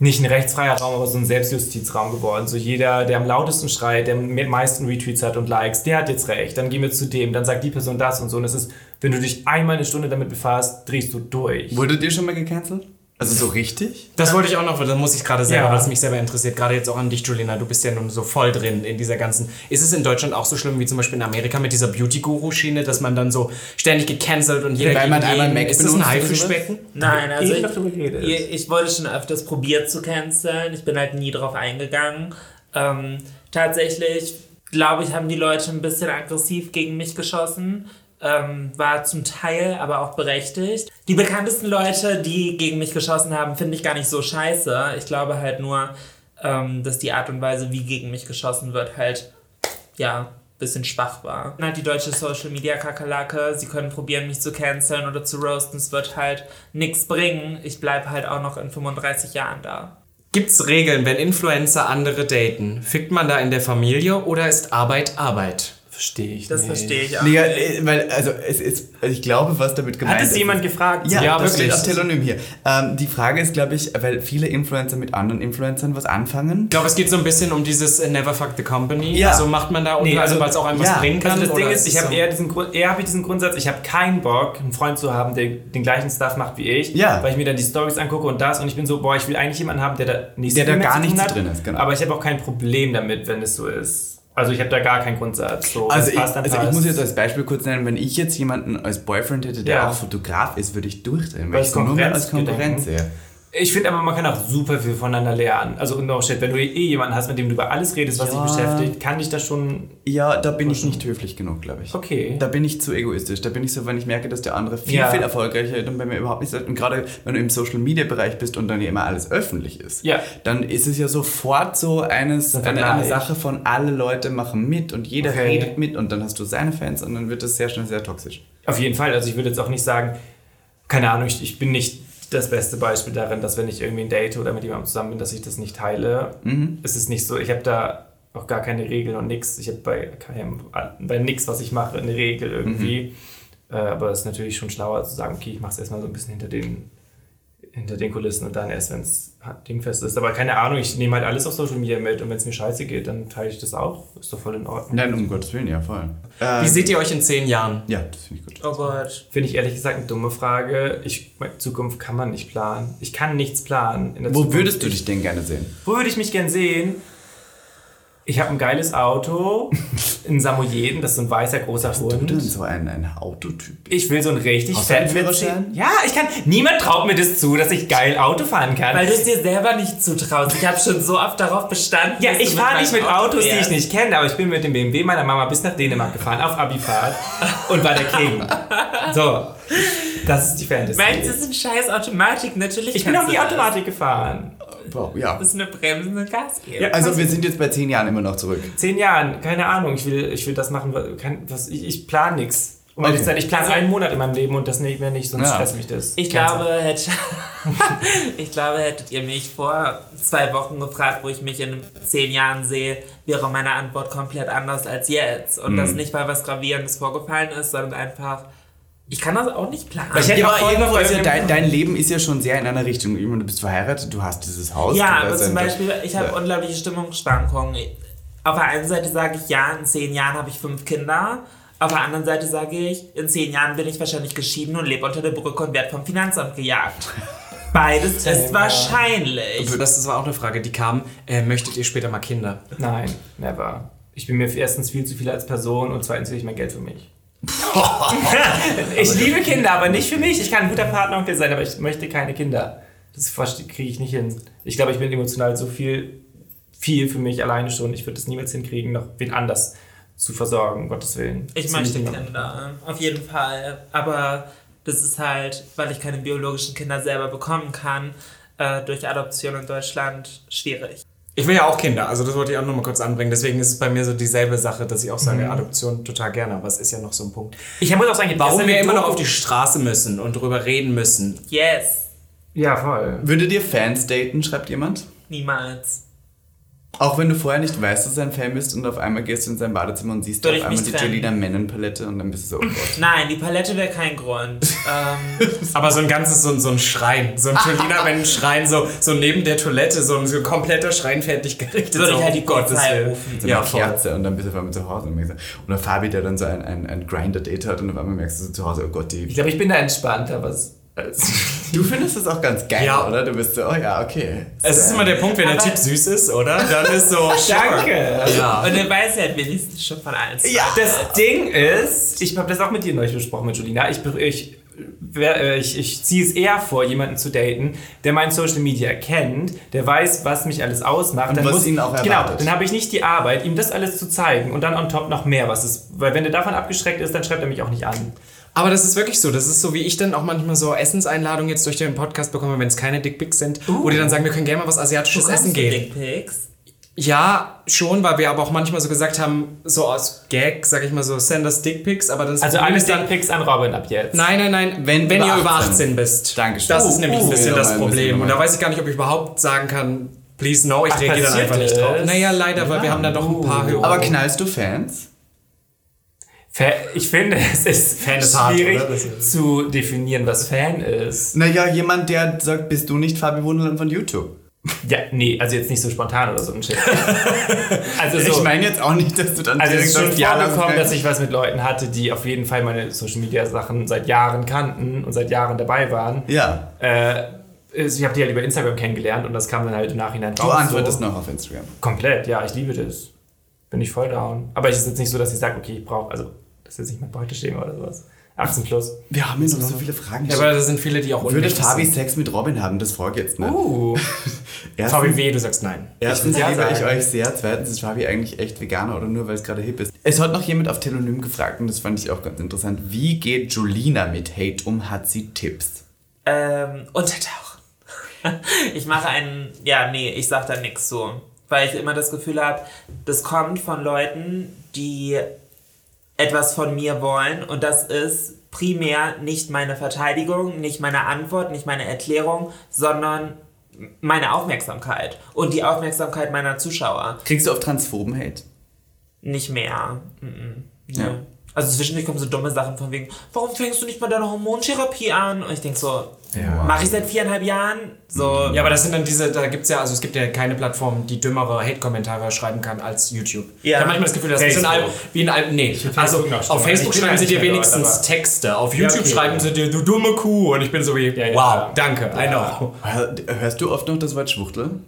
nicht ein rechtsfreier Raum, aber so ein Selbstjustizraum geworden. So jeder, der am lautesten schreit, der am meisten Retweets hat und Likes, der hat jetzt recht. Dann gehen wir zu dem, dann sagt die Person das und so. Und es ist, wenn du dich einmal eine Stunde damit befasst, drehst du durch.
wurdet ihr schon mal gecancelt? Also so richtig?
Das wollte ich auch noch, das muss ich gerade selber,
Ja.
weil es mich selber interessiert. Gerade jetzt auch an dich, Julina. Du bist ja nun so voll drin in dieser ganzen. Ist es in Deutschland auch so schlimm wie zum Beispiel in Amerika mit dieser Beauty-Guru-Schiene, dass man dann so ständig gecancelt und jeder
Weil
gegen
man einmal
jeden-
Mac
Ist das ein
benutzt oder
Haifischbecken?
Nein, also
Eben
ich,
darüber geredet.
ich, ich wurde schon öfters probiert zu canceln. Ich bin halt nie drauf eingegangen. Ähm, tatsächlich, glaube ich, haben die Leute ein bisschen aggressiv gegen mich geschossen. Ähm, war zum Teil aber auch berechtigt. Die bekanntesten Leute, die gegen mich geschossen haben, finde ich gar nicht so scheiße. Ich glaube halt nur, ähm, dass die Art und Weise, wie gegen mich geschossen wird, halt ja, bisschen schwach war. Und halt die deutsche Social Media Kakerlake, sie können probieren, mich zu canceln oder zu roasten, es wird halt nichts bringen. Ich bleibe halt auch noch in 35 Jahren da.
Gibt's Regeln, wenn Influencer andere daten? Fickt man da in der Familie oder ist Arbeit Arbeit?
verstehe ich
Das verstehe ich auch.
Nee, ja, äh, weil, also es ist, ich glaube, was damit gemeint
Hat
ist.
es jemand gefragt?
Ja, das steht
wirklich.
auf Telonym hier. Ähm, die Frage ist, glaube ich, weil viele Influencer mit anderen Influencern was anfangen.
Ich glaube, es geht so ein bisschen um dieses äh, Never Fuck the Company.
Ja.
Also macht man da, unten,
Nee,
also
also-
weil es auch einem was
ja.
bringen kann.
Also das Ding
oder
ist, ich
es
habe
so-
eher diesen Grund, eher habe ich diesen Grundsatz, ich habe keinen Bock, einen Freund zu haben, der den gleichen Stuff macht wie ich,
Ja.
weil ich mir dann die Stories angucke und das und ich bin so, boah, ich will eigentlich jemanden haben, der da nichts
Der da
mit
gar
zu tun
nichts
hat,
drin ist, genau.
Aber ich habe auch kein Problem damit, wenn es so ist. Also ich habe da gar keinen Grundsatz. So,
Also,
wenn's
ich,
passt, dann
also ich
passt.
muss jetzt als Beispiel kurz nennen, wenn ich jetzt jemanden als Boyfriend hätte, der
Ja.
auch Fotograf ist, würde ich durchdrehen, weil
Weil
ich so nur mehr als Konkurrenz
Konkurrenz-
sehe.
Ich finde aber, man kann auch super viel voneinander lernen. Also no shit, wenn du eh jemanden hast, mit dem du über alles redest, was
Ja.
dich beschäftigt, kann dich das schon
Ja, da bin ich nicht höflich genug, glaube ich.
okay.
Da bin ich zu egoistisch. Da bin ich so, wenn ich merke, dass der andere viel,
Ja.
viel erfolgreicher ist und bei mir überhaupt nicht. so- Und gerade wenn du im Social Media Bereich bist und dann ja immer alles öffentlich ist,
Ja.
dann ist es ja sofort so eines,
Ein
eine, eine
Vergleich.
Sache von alle Leute machen mit und jeder
Okay.
redet mit und dann hast du seine Fans und dann wird es sehr schnell sehr toxisch.
Auf jeden Fall. Also ich würde jetzt auch nicht sagen, keine Ahnung, ich, ich bin nicht das beste Beispiel darin, dass wenn ich irgendwie ein Date oder mit jemandem zusammen bin, dass ich das nicht teile. Es ist nicht so, ich habe da auch gar keine Regeln und nichts. Ich habe bei keinem, bei nichts, was ich mache, eine Regel irgendwie. Äh, aber es ist natürlich schon schlauer zu sagen, okay, ich mache es erstmal so ein bisschen hinter den, hinter den Kulissen und dann erst, wenn es dingfest ist. Aber keine Ahnung, ich nehme halt alles auf Social Media mit und wenn es mir scheiße geht, dann teile ich das auch. Ist doch voll in Ordnung.
Nein, um Gottes Willen, ja, voll.
Ähm,
Äh,
Wie seht ihr euch in zehn Jahren?
ja, das finde ich gut.
Oh Gott.
Finde ich ehrlich gesagt eine dumme Frage. Ich, meine Zukunft kann man nicht planen. Ich kann nichts planen. In der
Wo
Zukunft.
würdest du dich denn gerne sehen?
Wo würde ich mich gern sehen? Ich habe ein geiles Auto, ein Samoyeden, das ist so ein weißer großer
Du bist
Hund.
so ein, ein Autotyp.
Ich will so ein richtig
Hast du einen
fetten-
Führerschein?
Ja, ich kann. Niemand traut mir das zu, dass ich geil Auto fahren kann.
Weil du es dir selber nicht zutraust. Ich habe schon so oft darauf bestanden.
ja,
dass
ich
du
fahre nicht
meinem
mit Autos, die ich
fährst.
nicht kenne, aber ich bin mit dem BMW meiner Mama bis nach Dänemark gefahren, auf Abifahrt und war der King. So, das ist die Fantasy.
Meins ist ein scheiß Automatik, natürlich.
Ich bin
kannst
auf die
du das.
Automatik gefahren.
Wow, ja.
Das ist eine Bremse, eine Gasgeber.
Ja.
Also wir sind jetzt bei zehn Jahren immer noch zurück.
zehn Jahren, keine Ahnung, ich will, ich will das machen, was- kein, was, ich, ich plane nichts. Um ehrlich zu
Okay.
sein, ich plane einen Monat in meinem Leben und das nehme ich mir nicht, sonst
Ja.
stresst mich das.
Ich glaube, hätte, [LAUGHS] ich glaube, hättet ihr mich vor zwei Wochen gefragt, wo ich mich in zehn Jahren sehe, wäre meine Antwort komplett anders als jetzt. Und
Mhm.
das nicht, weil was Gravierendes vorgefallen ist, sondern einfach, ich kann das auch nicht planen.
Ich hätte
Ja,
auch
aber
voll
irgendwo
noch
ist ja
irgendein-
dein, dein Leben ist ja schon sehr in einer Richtung. Ich meine, Du bist verheiratet, du hast dieses Haus.
ja,
du
aber
weißt
zum
ja,
Beispiel, ich habe
Ja.
unglaubliche Stimmungsschwankungen. Auf der einen Seite sage ich, ja, in zehn Jahren habe ich fünf Kinder. Auf der anderen Seite sage ich, in zehn Jahren bin ich wahrscheinlich geschieden und lebe unter der Brücke und werde vom Finanzamt
[LAUGHS]
gejagt. Beides ist wahrscheinlich.
Das ist auch eine Frage, die kam. Äh, möchtet ihr später mal Kinder?
Nein, never. Ich bin mir erstens viel zu viel als Person und zweitens will ich mein Geld für mich. ich liebe Kinder, aber nicht für mich. Ich kann ein guter Partneronkel sein, aber ich möchte keine Kinder. Das verste- kriege ich nicht hin. Ich glaube, ich bin emotional so viel, viel für mich alleine schon. Ich würde es niemals hinkriegen, noch wen anders zu versorgen, um Gottes Willen.
Ich
Das
möchte
finde ich-
Kinder, äh, auf jeden Fall. Aber das ist halt, weil ich keine biologischen Kinder selber bekommen kann, äh, durch Adoption in Deutschland schwierig.
Ich will ja auch Kinder, also das wollte ich auch nochmal kurz anbringen. Deswegen ist es bei mir so dieselbe Sache, dass ich auch sage,
Mhm.
Adoption total gerne, aber es ist ja noch so ein Punkt.
Ich muss auch sagen, ich hab
Warum
gestern
wir
eine
immer noch
Doku-
auf die Straße müssen und drüber reden müssen.
Yes,
Ja, voll.
Würdet ihr Fans daten, schreibt jemand?
niemals.
Auch wenn du vorher nicht weißt, dass du ein Fan bist und auf einmal gehst du in sein Badezimmer und siehst
Würde
auf
ich
einmal
mich
die
trennen.
Jolina Mennen-Palette und dann bist du so, oh
[LAUGHS]
Gott.
Nein, die Palette wäre kein Grund.
[LAUGHS]
ähm,
Aber so ein ganzes, so ein, so ein Schrein, so ein Tolina, wenn ein Schrein, so, so neben der Toilette, so ein, so ein kompletter Schrein fertig gerichtet.
Würde
so,
ich halt die
um Gottes
Polizei
Willen.
rufen.
Ja,
eine
voll.
Kerze und dann bist du auf einmal zu Hause. Und merkst, du- oder Fabi, der dann so ein, ein, ein Grinder-Date hat und auf einmal merkst du so zu Hause, oh Gott,
Ich
die...
glaube, ich bin da entspannter, was. Als
[LAUGHS] Du findest das auch ganz geil,
Ja.
oder? Du bist so, oh ja, okay.
Es ist immer der Punkt, wenn der
Aber-
Typ süß ist, oder? Dann [LAUGHS] ist so,
Danke!
Ja.
und er weiß halt wenigstens schon von allen.
Ja, das Ding ist, ich habe das auch mit dir neulich besprochen, mit Julina. Ich, ich, wer- äh, ich, ich ziehe es eher vor, jemanden zu daten, der mein Social Media kennt, der weiß, was mich alles ausmacht.
Und was ihn auch
genau,
erwartet.
dann habe ich nicht die Arbeit, ihm das alles zu zeigen und dann on top noch mehr, was ist. Weil wenn er davon abgeschreckt ist, dann schreibt er mich auch nicht an.
Aber das ist wirklich so. Das ist so, wie ich dann auch manchmal so Essenseinladungen jetzt durch den Podcast bekomme, wenn es keine Dickpics sind,
Uh.
wo die dann sagen, wir können gerne mal was Asiatisches essen gehen.
Dickpics?
Ja, schon, weil wir aber auch manchmal so gesagt haben, so aus Gag, sag ich mal so, send us Dickpics, aber das
Also
Problem
alles
ist dann.
Dickpics an Robin ab jetzt.
Nein, nein, nein,
Wenn
wenn, wenn
über
ihr über
18.
18 bist.
Dankeschön.
Das
Oh,
ist nämlich
oh,
ein bisschen
ja,
das
nein, müssen wir
Problem. Und da
mal.
weiß ich gar nicht, ob ich überhaupt sagen kann, please no, ich
Ach,
reagiere dann
passiert
einfach nicht drauf.
das?
Naja, leider, weil wir haben da doch ein paar Hörer.
Aber knallst du Fans?
Fa- Ich finde, es ist Fan
ist hart,
schwierig
oder? Das ist-
zu definieren, was Fan ist.
Naja, jemand, der sagt, bist du nicht Fabi Wunderland von YouTube?
Ja, nee, also jetzt nicht so spontan oder so ein Shit. also so,
Ich meine jetzt auch nicht, dass du dann
also es ist schon
sagst, ja, das
vorgekommen,
ist-
dass ich was mit Leuten hatte, die auf jeden Fall meine Social Media Sachen seit Jahren kannten und seit Jahren dabei waren.
Ja,
Äh, Ich habe die halt über Instagram kennengelernt und das kam dann halt im Nachhinein
du antwortest
so.
noch auf Instagram.
Komplett, ja, ich liebe das. Bin ich voll down. Aber es ist jetzt nicht so, dass ich sage, okay, ich brauche, also das ist jetzt nicht mein Beuteschema oder sowas. 18 plus.
Wir haben jetzt noch so viele Fragen.
Ja, aber da sind viele, die auch
Würde
unwichtig
Fabi
sind.
Sex mit Robin haben? Das frage ich jetzt, ne?
Uh,
[LAUGHS] Erstens-
Fabi W., du sagst nein.
Erstens
Ich würd's
liebe
ja
ich
sagen.
euch sehr, zweitens ist Fabi eigentlich echt Veganer oder nur, weil es gerade hip ist. Es hat noch jemand auf Telonym gefragt und das fand ich auch ganz interessant. Wie geht Julina mit Hate um? Hat sie Tipps?
Ähm, untertauchen. [LAUGHS] ich mache einen, ja, nee, ich sag da nichts zu. Weil ich immer das Gefühl habe, das kommt von Leuten, die etwas von mir wollen und das ist primär nicht meine Verteidigung, nicht meine Antwort, nicht meine Erklärung, sondern meine Aufmerksamkeit und die Aufmerksamkeit meiner Zuschauer.
Kriegst du auf Transphoben Hate?
Nicht mehr. Mhm.
Ja.
Ja. Also zwischendurch kommen so dumme Sachen von wegen, warum fängst du nicht mal deine Hormontherapie an? Und ich denke so,
Ja.
mache ich seit viereinhalb Jahren? So,
Ja, aber das sind dann diese, da gibt's ja, also es gibt ja keine Plattform, die dümmere Hate-Kommentare schreiben kann als YouTube.
Ja.
Ich habe manchmal das Gefühl, das ist
Facebook.
ein Alb, wie ein Alb, nee. Also
Facebook noch
auf
schlimmer.
Facebook
Ich bin
schreiben sie
eigentlich
dir
mehr dort,
wenigstens
aber-
Texte, auf YouTube
okay.
schreiben sie dir, du dumme Kuh. Und ich bin so wie,
ja,
wow,
ja.
danke, I know.
Hör- Hörst du oft noch das Wort Schwuchtel?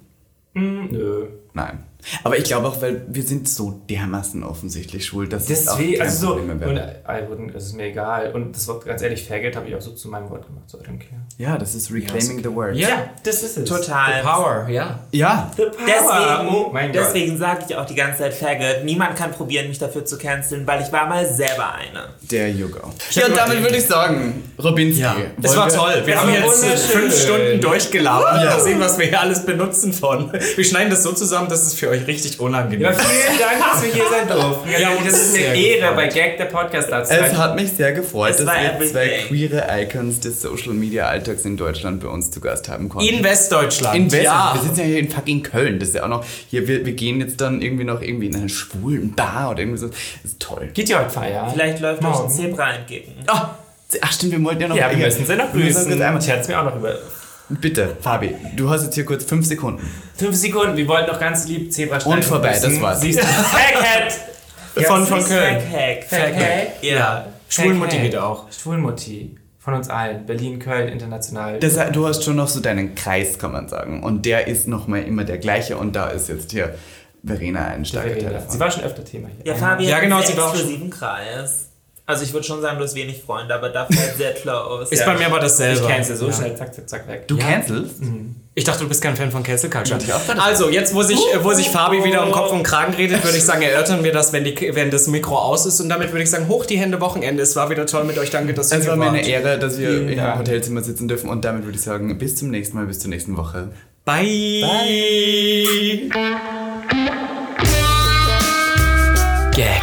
Nö.
Nein. Aber ich glaube auch, weil wir sind so dermaßen offensichtlich schwul, dass es auch
Deswegen,
kein
also so,
Problem
und
mehr
I
wäre.
wouldn't, es ist mir egal. Und das Wort, ganz ehrlich, Fairgeld habe ich auch so zu meinem Wort gemacht, so I don't care.
Ja, das ist Reclaiming the Word.
Ja,
Das ist es.
total.
the power, ja.
Ja.
Deswegen,
Oh mein Gott.
deswegen sage ich auch die ganze Zeit Faggot. Niemand kann probieren, mich dafür zu canceln, weil ich war mal selber eine.
There you go. Ja, und damit würde ich sagen, Robinski.
Ja,
wollen
es war
wir-
toll. Wir
Es
haben
war
jetzt äh,
wunderschön.
fünf Stunden durchgelabert. Mal sehen, was wir hier alles benutzen von. Wir schneiden das so zusammen, dass es für euch richtig unangenehm
Ja,
ist.
vielen Dank, dass wir hier sein durften. Ganz
Ja,
ehrlich, das ist eine
sehr
Ehre,
gefreut.
bei Gag der Podcast dazu
Es hat mich sehr gefreut,
Es
dass
war
wir zwei
everything.
queere Icons des Social Media Alltags in Deutschland bei uns zu Gast haben konnten.
In Westdeutschland.
In West
Ja.
Wir sitzen ja hier in fucking Köln. Das ist ja auch noch. Hier, wir, wir gehen jetzt dann irgendwie noch irgendwie in eine schwulen Bar oder irgendwie so. Das ist toll.
Geht ihr heute feiern?
Vielleicht läuft euch ein
Morgen.
Zebra entgegen. Oh,
Ah, ach stimmt, wir wollten ja noch.
Ja, wir müssen sie noch
Wir müssen
grüßen.
jetzt einmal-
Ich hätte es mir auch noch über...
Bitte, Fabi, du hast jetzt hier kurz fünf Sekunden.
Fünf Sekunden, wir wollten noch ganz lieb Zebrastreifen
Und vorbei,
grüßen.
das war's.
Siehst du?
[LAUGHS]
Faircat!
Von, von Köln.
Faghack.
Faircat.
Ja.
Schwulenmutti
Faircat.
geht auch.
Schwulenmutti. Von uns allen. Berlin, Köln, international.
Das, du hast schon noch so deinen Kreis, kann man sagen. Und der ist nochmal immer der gleiche. Und da ist jetzt hier Verena ein starker Teil
Verena. Sie
davon.
war schon öfter Thema hier.
Ja, Fabian
Ja, genau,
ist
sie war auch
exklusiven Kreis. Also ich würde schon sagen, du hast wenig Freunde, aber dafür halt
[LAUGHS]
sehr close.
Ist
ja.
bei mir aber dasselbe.
Ich kenn's ja so schnell, zack, zack, zack, weg.
Du cancelst?
Mhm.
Ich dachte, du bist kein Fan von Cancel Culture. Also, jetzt, wo sich, äh, wo sich Fabi wieder um Kopf und Kragen redet, würde ich sagen, erörtern wir das, wenn, die, wenn das Mikro aus ist. Und damit würde ich sagen, hoch die Hände, Wochenende. Es war wieder toll mit euch. Danke, dass ihr
Es
hier
war mir
wart.
eine Ehre, dass wir in einem
Dank.
Hotelzimmer sitzen dürfen. Und damit würde ich sagen, bis zum nächsten Mal, bis zur nächsten Woche.
Bye.
Gag.